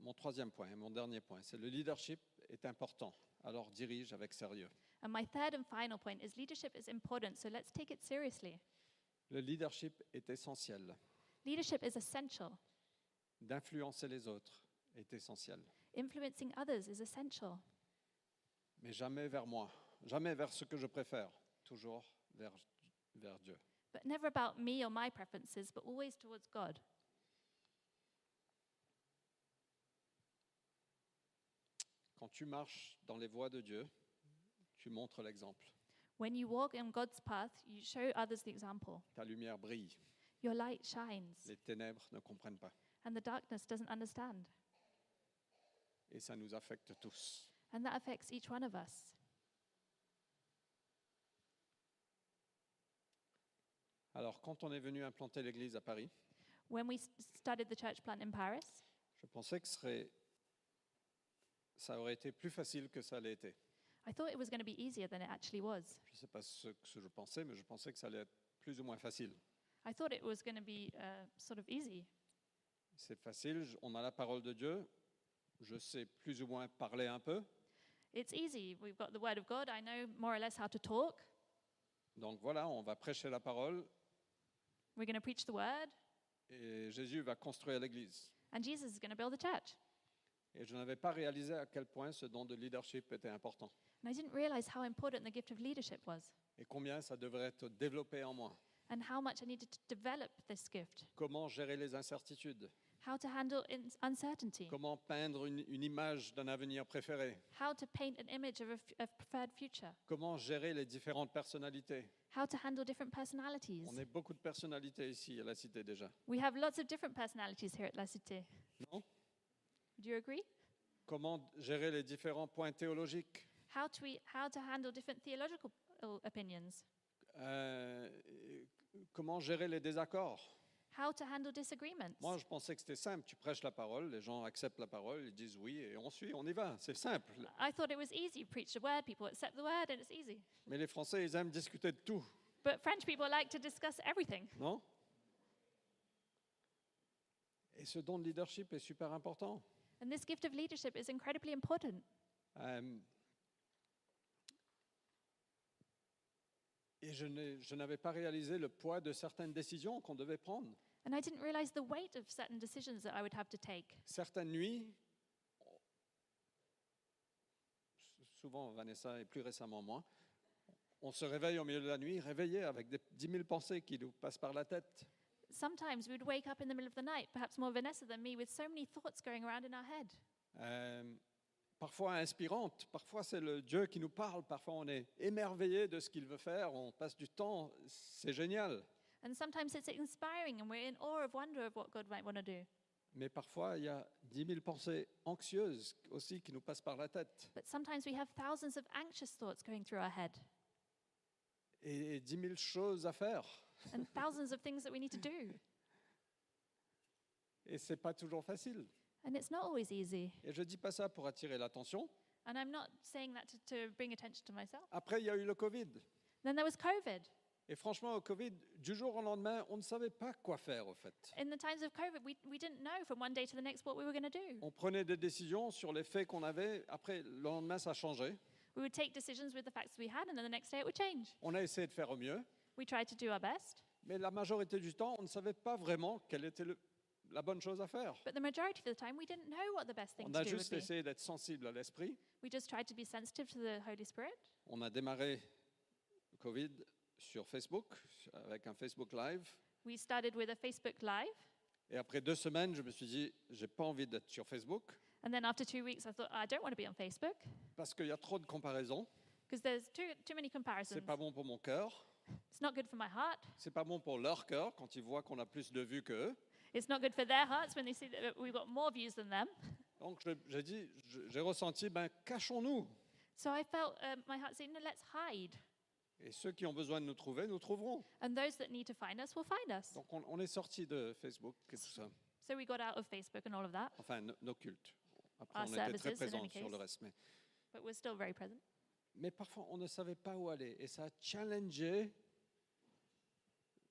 A: Mon troisième point et mon dernier point, c'est le leadership est important. Alors dirige avec sérieux.
B: And my third and final point is leadership is important, so let's take it seriously.
A: Le leadership est essentiel.
B: Leadership is essential.
A: D'influencer les autres est essentiel.
B: Influencing others is essential,
A: Mais jamais vers moi, jamais vers ce que je préfère, toujours vers, vers Dieu.
B: but never about me or my preferences, but always towards God.
A: Quand tu marches dans les voies de Dieu, tu montres l'exemple.
B: When you walk in God's path, you show others the example.
A: Ta lumière brille,
B: Your light shines,
A: les ténèbres ne comprennent pas.
B: and the darkness doesn't understand.
A: Et ça nous affecte tous.
B: And that affects each one of us.
A: Alors quand on est venu implanter l'église à Paris,
B: When we s- started the church plant in Paris,
A: Je pensais que ce serait- ça aurait été plus facile que ça l'ait été.
B: I thought it was going to be easier than it actually was.
A: Je ne sais pas ce que ce que je pensais, mais je pensais que ça allait être plus ou moins facile.
B: I thought it was going to be uh, sort of easy.
A: C'est facile, je- on a la parole de Dieu, je sais plus ou moins parler un peu,
B: It's easy. We've got the Word of God. I know more or less how to talk.
A: donc voilà, on va prêcher la parole
B: We're going to preach the Word,
A: et Jésus va construire l'Église.
B: and Jesus is going to build the church.
A: Et je n'avais pas réalisé à quel point ce don de leadership était important
B: And I didn't realize how important the gift of leadership was
A: et combien ça devrait être développé en moi.
B: and how much I needed to develop this gift,
A: Comment gérer les incertitudes,
B: how to handle in- uncertainty,
A: comment peindre une, une image d'un avenir préféré,
B: how to paint an image of a f- of preferred future.
A: comment gérer les différentes personnalités.
B: how to handle different personalities.
A: On est beaucoup de personnalités ici à la cité déjà.
B: We have lots of different personalities here at La Cité.
A: Non
B: Do you agree?
A: Comment gérer les différents points théologiques
B: How to, we, how to handle different theological uh, opinions,
A: Euh, et Comment gérer les désaccords
B: how to handle disagreements.
A: Moi, je pensais que c'était simple. Tu prêches la parole, les gens acceptent la parole, ils disent oui et on suit, on y va. C'est simple.
B: I thought it was easy. You preach the word, people accept the word, and it's easy.
A: Mais les Français, ils aiment discuter de tout,
B: But French people like to discuss everything.
A: non Et ce don de leadership est super important.
B: And this gift of leadership is incredibly important.
A: Euh, et je n'ai- je n'avais pas réalisé le poids de certaines décisions qu'on devait prendre.
B: And I didn't realize the weight of certain decisions that I would have to take.
A: certaines nuits, souvent Vanessa et plus récemment moi, on se réveille au milieu de la nuit, réveillé avec des 10 000 pensées qui nous passent par la tête.
B: Sometimes we'd wake up in the middle of the night, perhaps more Vanessa than me, with so many thoughts going around in our head.
A: Euh, parfois inspirantes, parfois c'est le Dieu qui nous parle, parfois on est émerveillé de ce qu'il veut faire, on passe du temps, c'est génial.
B: And sometimes it's inspiring and we're in awe of wonder of what God might want to do.
A: Mais parfois il y a 10 000 pensées anxieuses aussi qui nous passent par la tête.
B: But sometimes we have thousands of anxious thoughts going through our head
A: et, et 10 000 choses à faire.
B: and thousands of things that we need to do.
A: Et c'est pas toujours facile.
B: And it's not always easy.
A: Et je dis pas ça pour attirer l'attention.
B: And I'm not saying that to, to bring attention to myself.
A: Après, il y a eu le Covid.
B: Then there was COVID.
A: Et franchement, au Covid, du jour au lendemain, on ne savait pas quoi faire, au fait.
B: In the times of COVID, we, we didn't know from one day to the next what we were going to do.
A: On prenait des décisions sur les faits qu'on avait. Après, le lendemain, ça changeait.
B: We would take decisions with the facts we had, and then the next day it would change.
A: On a essayé de faire au mieux.
B: We tried to do our best,
A: Mais la majorité du temps, on ne savait pas vraiment quelle était le- la bonne chose à faire.
B: but the majority of the time, we didn't know what the best thing
A: On
B: to
A: a
B: do
A: juste
B: would be.
A: essayé d'être sensible à l'esprit.
B: We just tried to be sensitive to the Holy Spirit.
A: On a démarré le Covid sur Facebook, avec un Facebook Live.
B: We started with a Facebook Live,
A: Et après deux semaines, je me suis dit, j'ai pas envie d'être sur Facebook
B: and then after two weeks, I thought, I don't want to be on Facebook
A: parce qu'il y a trop de comparaisons.
B: because there's too, too many comparisons.
A: C'est pas bon pour mon cœur.
B: It's not good for my heart.
A: C'est pas bon pour leur cœur quand ils voient qu'on a plus de vues qu'eux.
B: It's not good for their hearts when they see that we've got more views than them.
A: Donc je- j'ai dit, je- j'ai ressenti, ben cachons-nous.
B: So I felt um, my heart saying, no, let's hide.
A: Et ceux qui ont besoin de nous trouver, nous trouveront.
B: And those that need to find us will find us.
A: Donc on, on est sorti de Facebook et tout ça.
B: So we got out of Facebook and all of that,
A: Enfin, no- nos cultes. Après,
B: Ah,
A: on
B: ça,
A: était
B: parce
A: très
B: que c'est la
A: présents
B: même
A: sur le
B: case.
A: reste. Mais,
B: but we're still very present.
A: mais parfois, on ne savait pas où aller. Et ça a challengé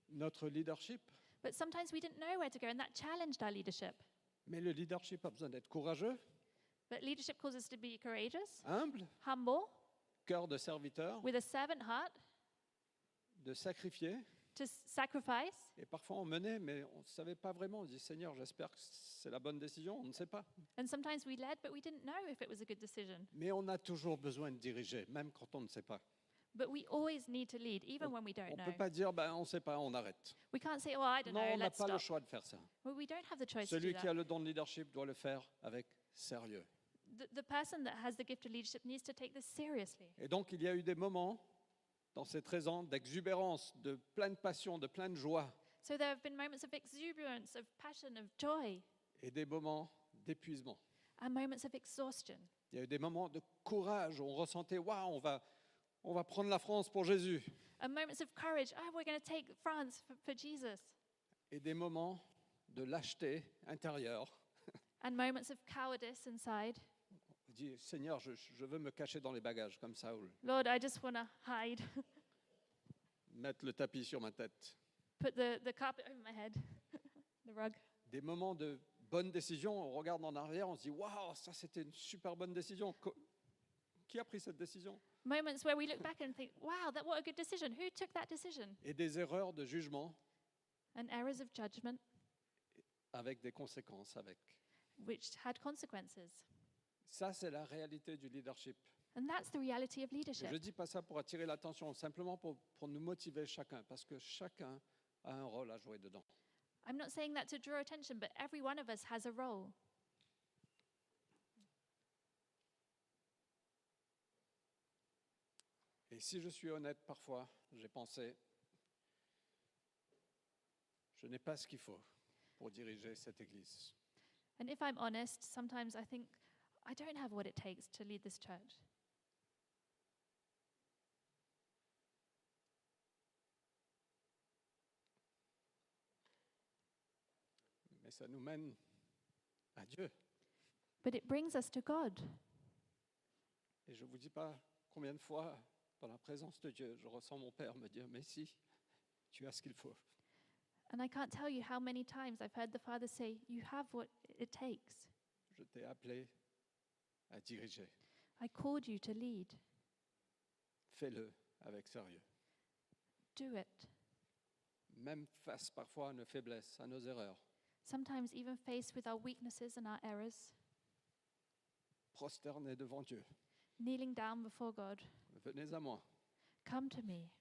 A: notre leadership.
B: But sometimes we didn't know where to go, and that challenged our leadership.
A: Mais le leadership a besoin d'être courageux,
B: But leadership calls us to be courageous,
A: humble,
B: humble,
A: cœur de serviteur,
B: with a servant heart,
A: de sacrifier.
B: to s- sacrifice.
A: Et parfois on menait, mais on ne savait pas vraiment. On dit Seigneur, j'espère que c'est la bonne décision. On ne sait pas.
B: And sometimes we led, but we didn't know if it was a good decision.
A: Mais on a toujours besoin de diriger, même quand on ne sait pas.
B: But we always need to lead, even when we
A: On
B: don't
A: ne
B: know.
A: peut pas dire ben, on ne sait pas, on arrête.
B: We can't say, oh, I don't
A: Non,
B: know,
A: on n'a
B: let's
A: pas le
B: stop.
A: choix de faire ça.
B: Well, we don't have the choice to
A: Celui
B: do
A: qui
B: that.
A: a le don de leadership doit le faire avec sérieux.
B: The, the person that has the gift of leadership needs to take this seriously.
A: Et donc il y a eu des moments dans ces 13 ans d'exubérance, de pleine passion, de pleine joie,
B: So there have been moments of exuberance, of passion, of joy,
A: et des moments d'épuisement.
B: and moments of exhaustion.
A: Il y a eu des moments de courage où on ressentait waouh, on va, on va prendre la France pour Jésus.
B: and moments of courage. Oh, we're going to take France for, for Jesus.
A: et des moments de lâcheté intérieure.
B: And moments of cowardice inside.
A: On dit Seigneur, je, je veux me cacher dans les bagages comme Saoul,
B: Lord, I just want to hide.
A: mettre le tapis sur ma tête.
B: Put the, the carpet over my head, *laughs* the rug.
A: Des moments de bonne décision, on regarde en arrière, on se dit waouh, ça c'était une super bonne décision. Co- Qui a pris cette décision
B: Moments where we look back and think, wow, that what a good decision. Who took that decision?
A: Et des erreurs de jugement
B: And errors of judgment
A: avec des conséquences. Avec
B: which had consequences.
A: ça, c'est la réalité du leadership.
B: And that's the reality of
A: Et je
B: leadership.
A: dis pas ça pour attirer l'attention, simplement pour, pour nous motiver chacun, parce que chacun a un rôle à jouer dedans.
B: I'm not saying that to draw attention, but every one of us has a role.
A: Et si je suis honnête, parfois, j'ai pensé, je n'ai pas ce qu'il faut pour diriger cette Église.
B: And if I'm honest, sometimes I think, I don't have what it takes to lead this church.
A: Mais ça nous mène à Dieu.
B: But it brings us to God.
A: Et je ne vous dis pas combien de fois, dans la présence de Dieu, je ressens mon Père me dire, mais si, tu as ce qu'il faut.
B: And I can't tell you how many times I've heard the Father say, You have what it takes.
A: Je t'ai appelé à diriger.
B: I called you to lead.
A: Fais-le avec sérieux.
B: Do it.
A: Même face parfois à nos faiblesses, à nos erreurs.
B: Sometimes, even faced with our weaknesses and our errors,
A: Prosterné devant Dieu.
B: kneeling down before God,
A: Venez à moi.
B: Come to me.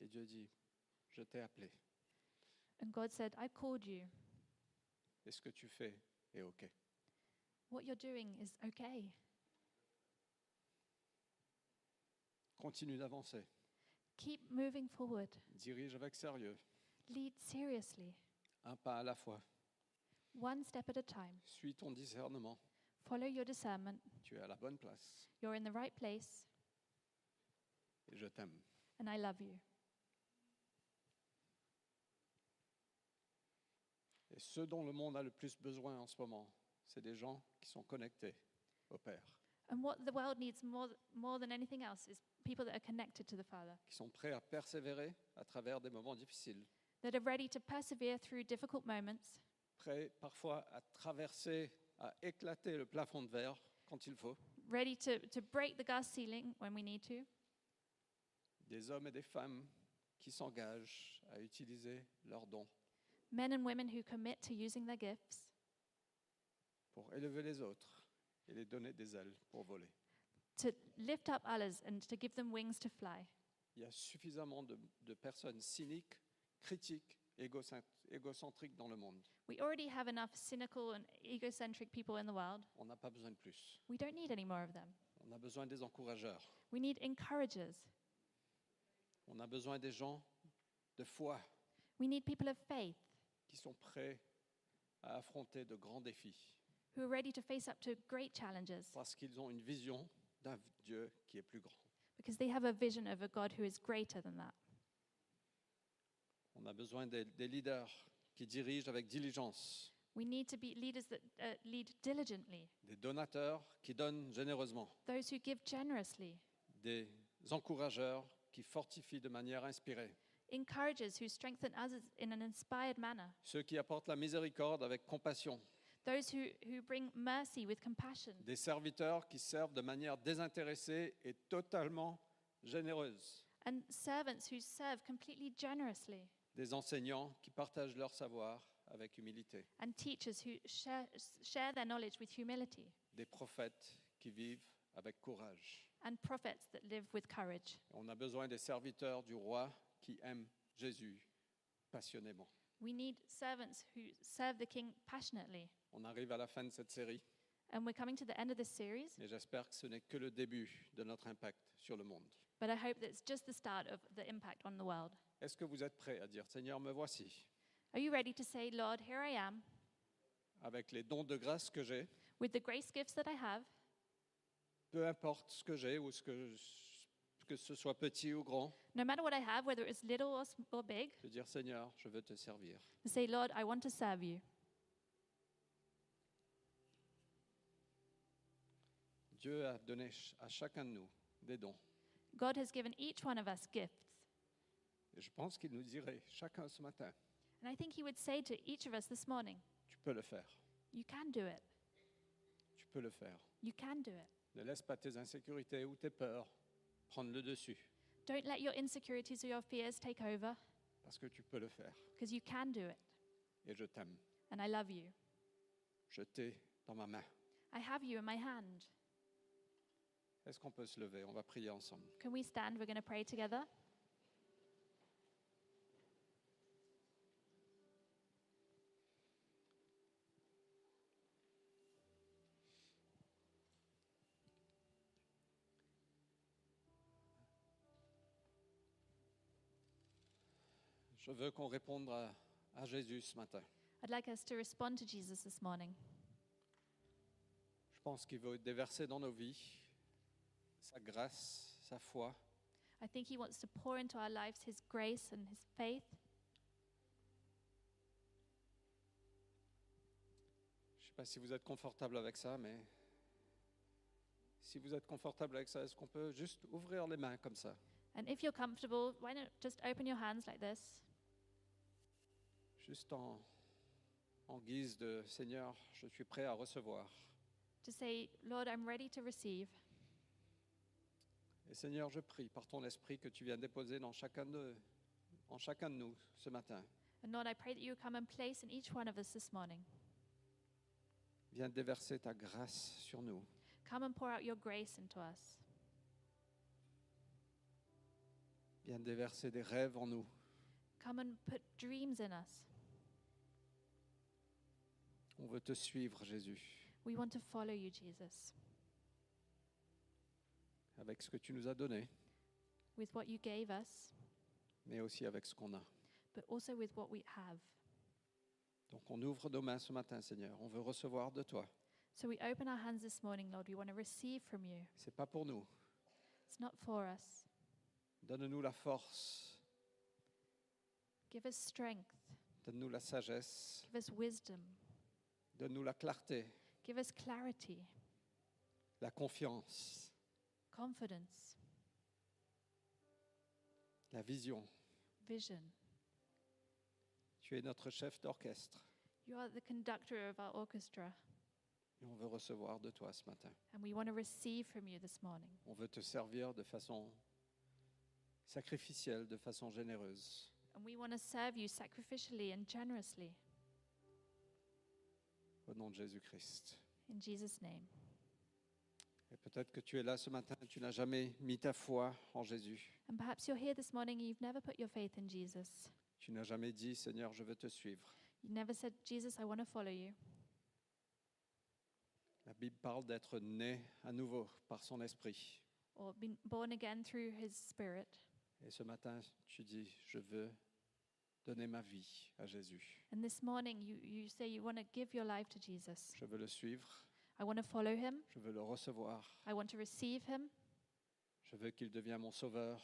A: Et Dieu dit, je t'ai appelé.
B: And God said, I called you.
A: Et ce que tu fais est OK.
B: What you're doing is okay.
A: Continue d'avancer.
B: Keep moving forward.
A: Dirige avec sérieux,
B: Lead seriously,
A: un pas à la fois.
B: one step at a time.
A: Suis ton discernement.
B: Follow your discernment.
A: Tu es à la bonne place.
B: You're in the right place,
A: Et je t'aime.
B: and I love you.
A: Et ce dont le monde a le plus besoin en ce moment, c'est des gens qui sont connectés au Père,
B: And what the world needs more, th- more than anything else is people that are connected to the Father,
A: qui sont prêts à persévérer à travers des moments difficiles,
B: that are ready to persevere through difficult moments,
A: prêts parfois à traverser, à éclater le plafond de verre quand il faut.
B: ready to, to break the glass ceiling when we need to,
A: Des hommes et des femmes qui s'engagent à utiliser leurs dons
B: men and women who commit to using their gifts
A: pour élever les autres et les donner des ailes pour voler.
B: to lift up others and to give them wings to fly.
A: Il y a suffisamment de, de personnes cyniques, critiques, égocent- égocentriques dans le monde.
B: We already have enough cynical and egocentric people in the world.
A: On n'a pas besoin de plus.
B: We don't need any more of them.
A: On a besoin des encourageurs.
B: We need encouragers.
A: On a besoin des gens de foi
B: We need people of faith
A: qui sont prêts à affronter de grands défis
B: who are ready to face up to great challenges
A: parce qu'ils ont une vision d'un Dieu qui est plus grand.
B: because they have a vision of a God who is greater than that.
A: On a besoin des, des leaders qui dirigent avec diligence,
B: We need to be leaders that uh, lead diligently,
A: des donateurs qui donnent généreusement,
B: those who give generously,
A: des encourageurs qui fortifient de manière inspirée,
B: encouragers who strengthen others in an inspired manner,
A: ceux qui apportent la miséricorde avec compassion,
B: those who, who bring mercy with compassion,
A: des serviteurs qui servent de manière désintéressée et totalement généreuse,
B: and servants who serve completely generously,
A: des enseignants qui partagent leur savoir avec humilité.
B: and teachers who share, share their knowledge with humility,
A: des prophètes qui vivent avec courage.
B: and prophets that live with courage.
A: On a besoin des serviteurs du roi qui aiment Jésus passionnément.
B: We need servants who serve the King passionately.
A: On arrive à la fin de cette série,
B: And we're coming to the end of this series,
A: mais j'espère que ce n'est que le début de notre impact sur le monde.
B: but I hope that it's just the start of the impact on the world.
A: Est-ce que vous êtes prêts à dire, Seigneur, me voici,
B: Are you ready to say, Lord, here I am,
A: avec les dons de grâce que j'ai,
B: with the grace gifts that I have,
A: peu importe ce que j'ai ou ce que, que ce soit petit ou grand,
B: no matter what I have, whether it's little or, s- or big,
A: de dire, Seigneur, je veux te servir.
B: to say, Lord, I want to serve you.
A: Dieu a donné ch- à chacun de nous des dons.
B: God has given each one of us gifts.
A: Et je pense qu'il nous dirait, chacun ce matin,
B: And I think He would say to each of us this morning,
A: tu peux le faire,
B: You can do it.
A: tu peux le faire.
B: You can do it.
A: Ne laisse pas tes insécurités ou tes peurs prendre le dessus,
B: Don't let your insecurities or your fears take over,
A: parce que tu peux le faire.
B: because you can do it.
A: Et je t'aime.
B: And I love you.
A: Je t'ai dans ma main.
B: I have you in my hand.
A: Est-ce qu'on peut se lever On va prier ensemble.
B: Can we stand? We're going to pray together.
A: Je veux qu'on réponde à, à Jésus ce matin.
B: I'd like us to respond to Jesus this morning.
A: Je pense qu'il veut déverser dans nos vies sa grâce, sa foi,
B: I think he wants to pour into our lives his grace and his faith.
A: Je ne sais pas si vous êtes confortable avec ça, mais si vous êtes confortable avec ça, est-ce qu'on peut juste ouvrir les mains comme ça
B: And if you're comfortable, why not just open your hands like this?
A: Juste en, en guise de Seigneur, je suis prêt à recevoir.
B: To say, Lord, I'm ready to receive.
A: Et Seigneur, je prie par ton esprit que tu viens déposer dans chacun de, en chacun de nous ce matin.
B: And Lord, I pray that you would come and place in each one of us this morning.
A: Viens déverser ta grâce sur nous.
B: Come and pour out your grace into us.
A: Viens déverser des rêves en nous.
B: Come and put dreams in us.
A: On veut te suivre, Jésus,
B: We want to follow you, Jesus,
A: avec ce que tu nous as donné,
B: with what you gave us,
A: mais aussi avec ce qu'on a.
B: but also with what we have.
A: Donc on ouvre nos mains ce matin, Seigneur. On veut recevoir de toi.
B: So we open our hands this morning, Lord. We want to receive from you.
A: C'est pas pour nous.
B: It's not for us.
A: Donne-nous la force.
B: Give us strength.
A: Donne-nous la sagesse.
B: Give us wisdom.
A: Donne-nous la clarté,
B: Give us clarity,
A: la confiance,
B: confidence,
A: la vision.
B: vision.
A: Tu es notre chef d'orchestre
B: You are the conductor of our orchestra,
A: et on veut recevoir de toi ce matin.
B: and we want to receive from you this morning.
A: On veut te servir de façon sacrificielle, de façon généreuse.
B: And we want to serve you sacrificially and generously.
A: Au nom de Jésus-Christ.
B: In Jesus' name.
A: Et peut-être que tu es là ce matin, tu n'as jamais mis ta foi en Jésus.
B: And perhaps you're here this morning and you've never put your faith in Jesus.
A: Tu n'as jamais dit, Seigneur, je veux te suivre.
B: You've never said, Jesus, I want to follow you.
A: La Bible parle d'être né à nouveau par son esprit.
B: or been born again through his spirit.
A: Et ce matin, tu dis, je veux donner ma vie à Jésus.
B: And this morning, you, you say you want to give your life to Jesus.
A: Je veux le suivre,
B: I want to follow him.
A: je veux le recevoir,
B: I want to receive him.
A: je veux qu'il devienne mon sauveur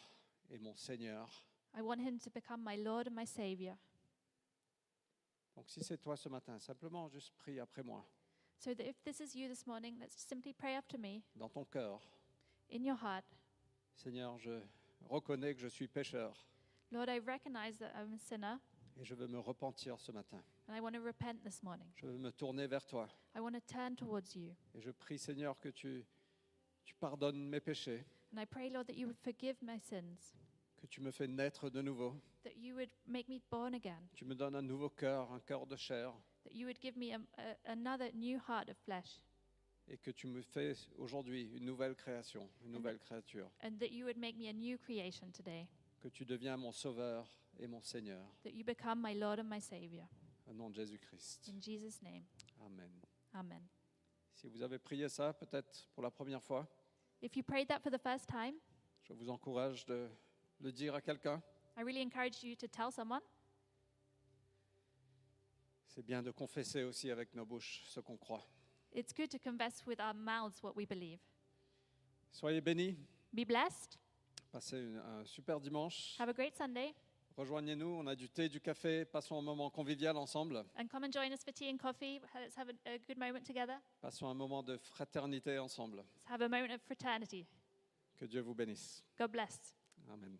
A: et mon Seigneur.
B: I want him to become my Lord and my Savior.
A: Donc si c'est toi ce matin, simplement juste prie après moi,
B: So that if this is you this morning, let's simply pray after me
A: dans ton cœur.
B: in your heart.
A: Seigneur, je reconnais que je suis pécheur
B: Lord, I recognize that I'm a sinner
A: et je veux me repentir ce matin.
B: and I want to repent this morning.
A: Je veux me tourner vers toi.
B: I want to turn towards you.
A: Et je prie, Seigneur, que tu, tu pardonnes mes péchés,
B: And I pray, Lord, that you would forgive my sins,
A: que tu me fais naître de nouveau.
B: that you would make me born again,
A: Tu me donnes un nouveau cœur, un cœur de chair,
B: that you would give me a, a, another new heart of flesh,
A: et que tu me fais aujourd'hui une nouvelle création, une nouvelle créature.
B: and that you would make me a new creation today.
A: Que tu deviens mon sauveur et mon Seigneur.
B: that you become my Lord and my Savior.
A: Au nom de Jésus-Christ.
B: In Jesus' name,
A: Amen.
B: Amen.
A: Si vous avez prié ça, peut-être pour la première fois,
B: If you prayed that for the first time,
A: je vous encourage de le dire à quelqu'un.
B: I really encourage you to tell someone.
A: C'est bien de confesser aussi avec nos bouches ce qu'on croit.
B: It's good to confess with our mouths what we believe.
A: Soyez bénis.
B: Be blessed.
A: Passez une- un super dimanche.
B: Have a great Sunday.
A: Rejoignez-nous, on a du thé, du café, passons un moment convivial ensemble,
B: And come and join us for tea and coffee. Let's have a, a good moment together.
A: passons un moment de fraternité ensemble.
B: Let's have a moment of fraternity.
A: Que Dieu vous bénisse.
B: God bless.
A: Amen.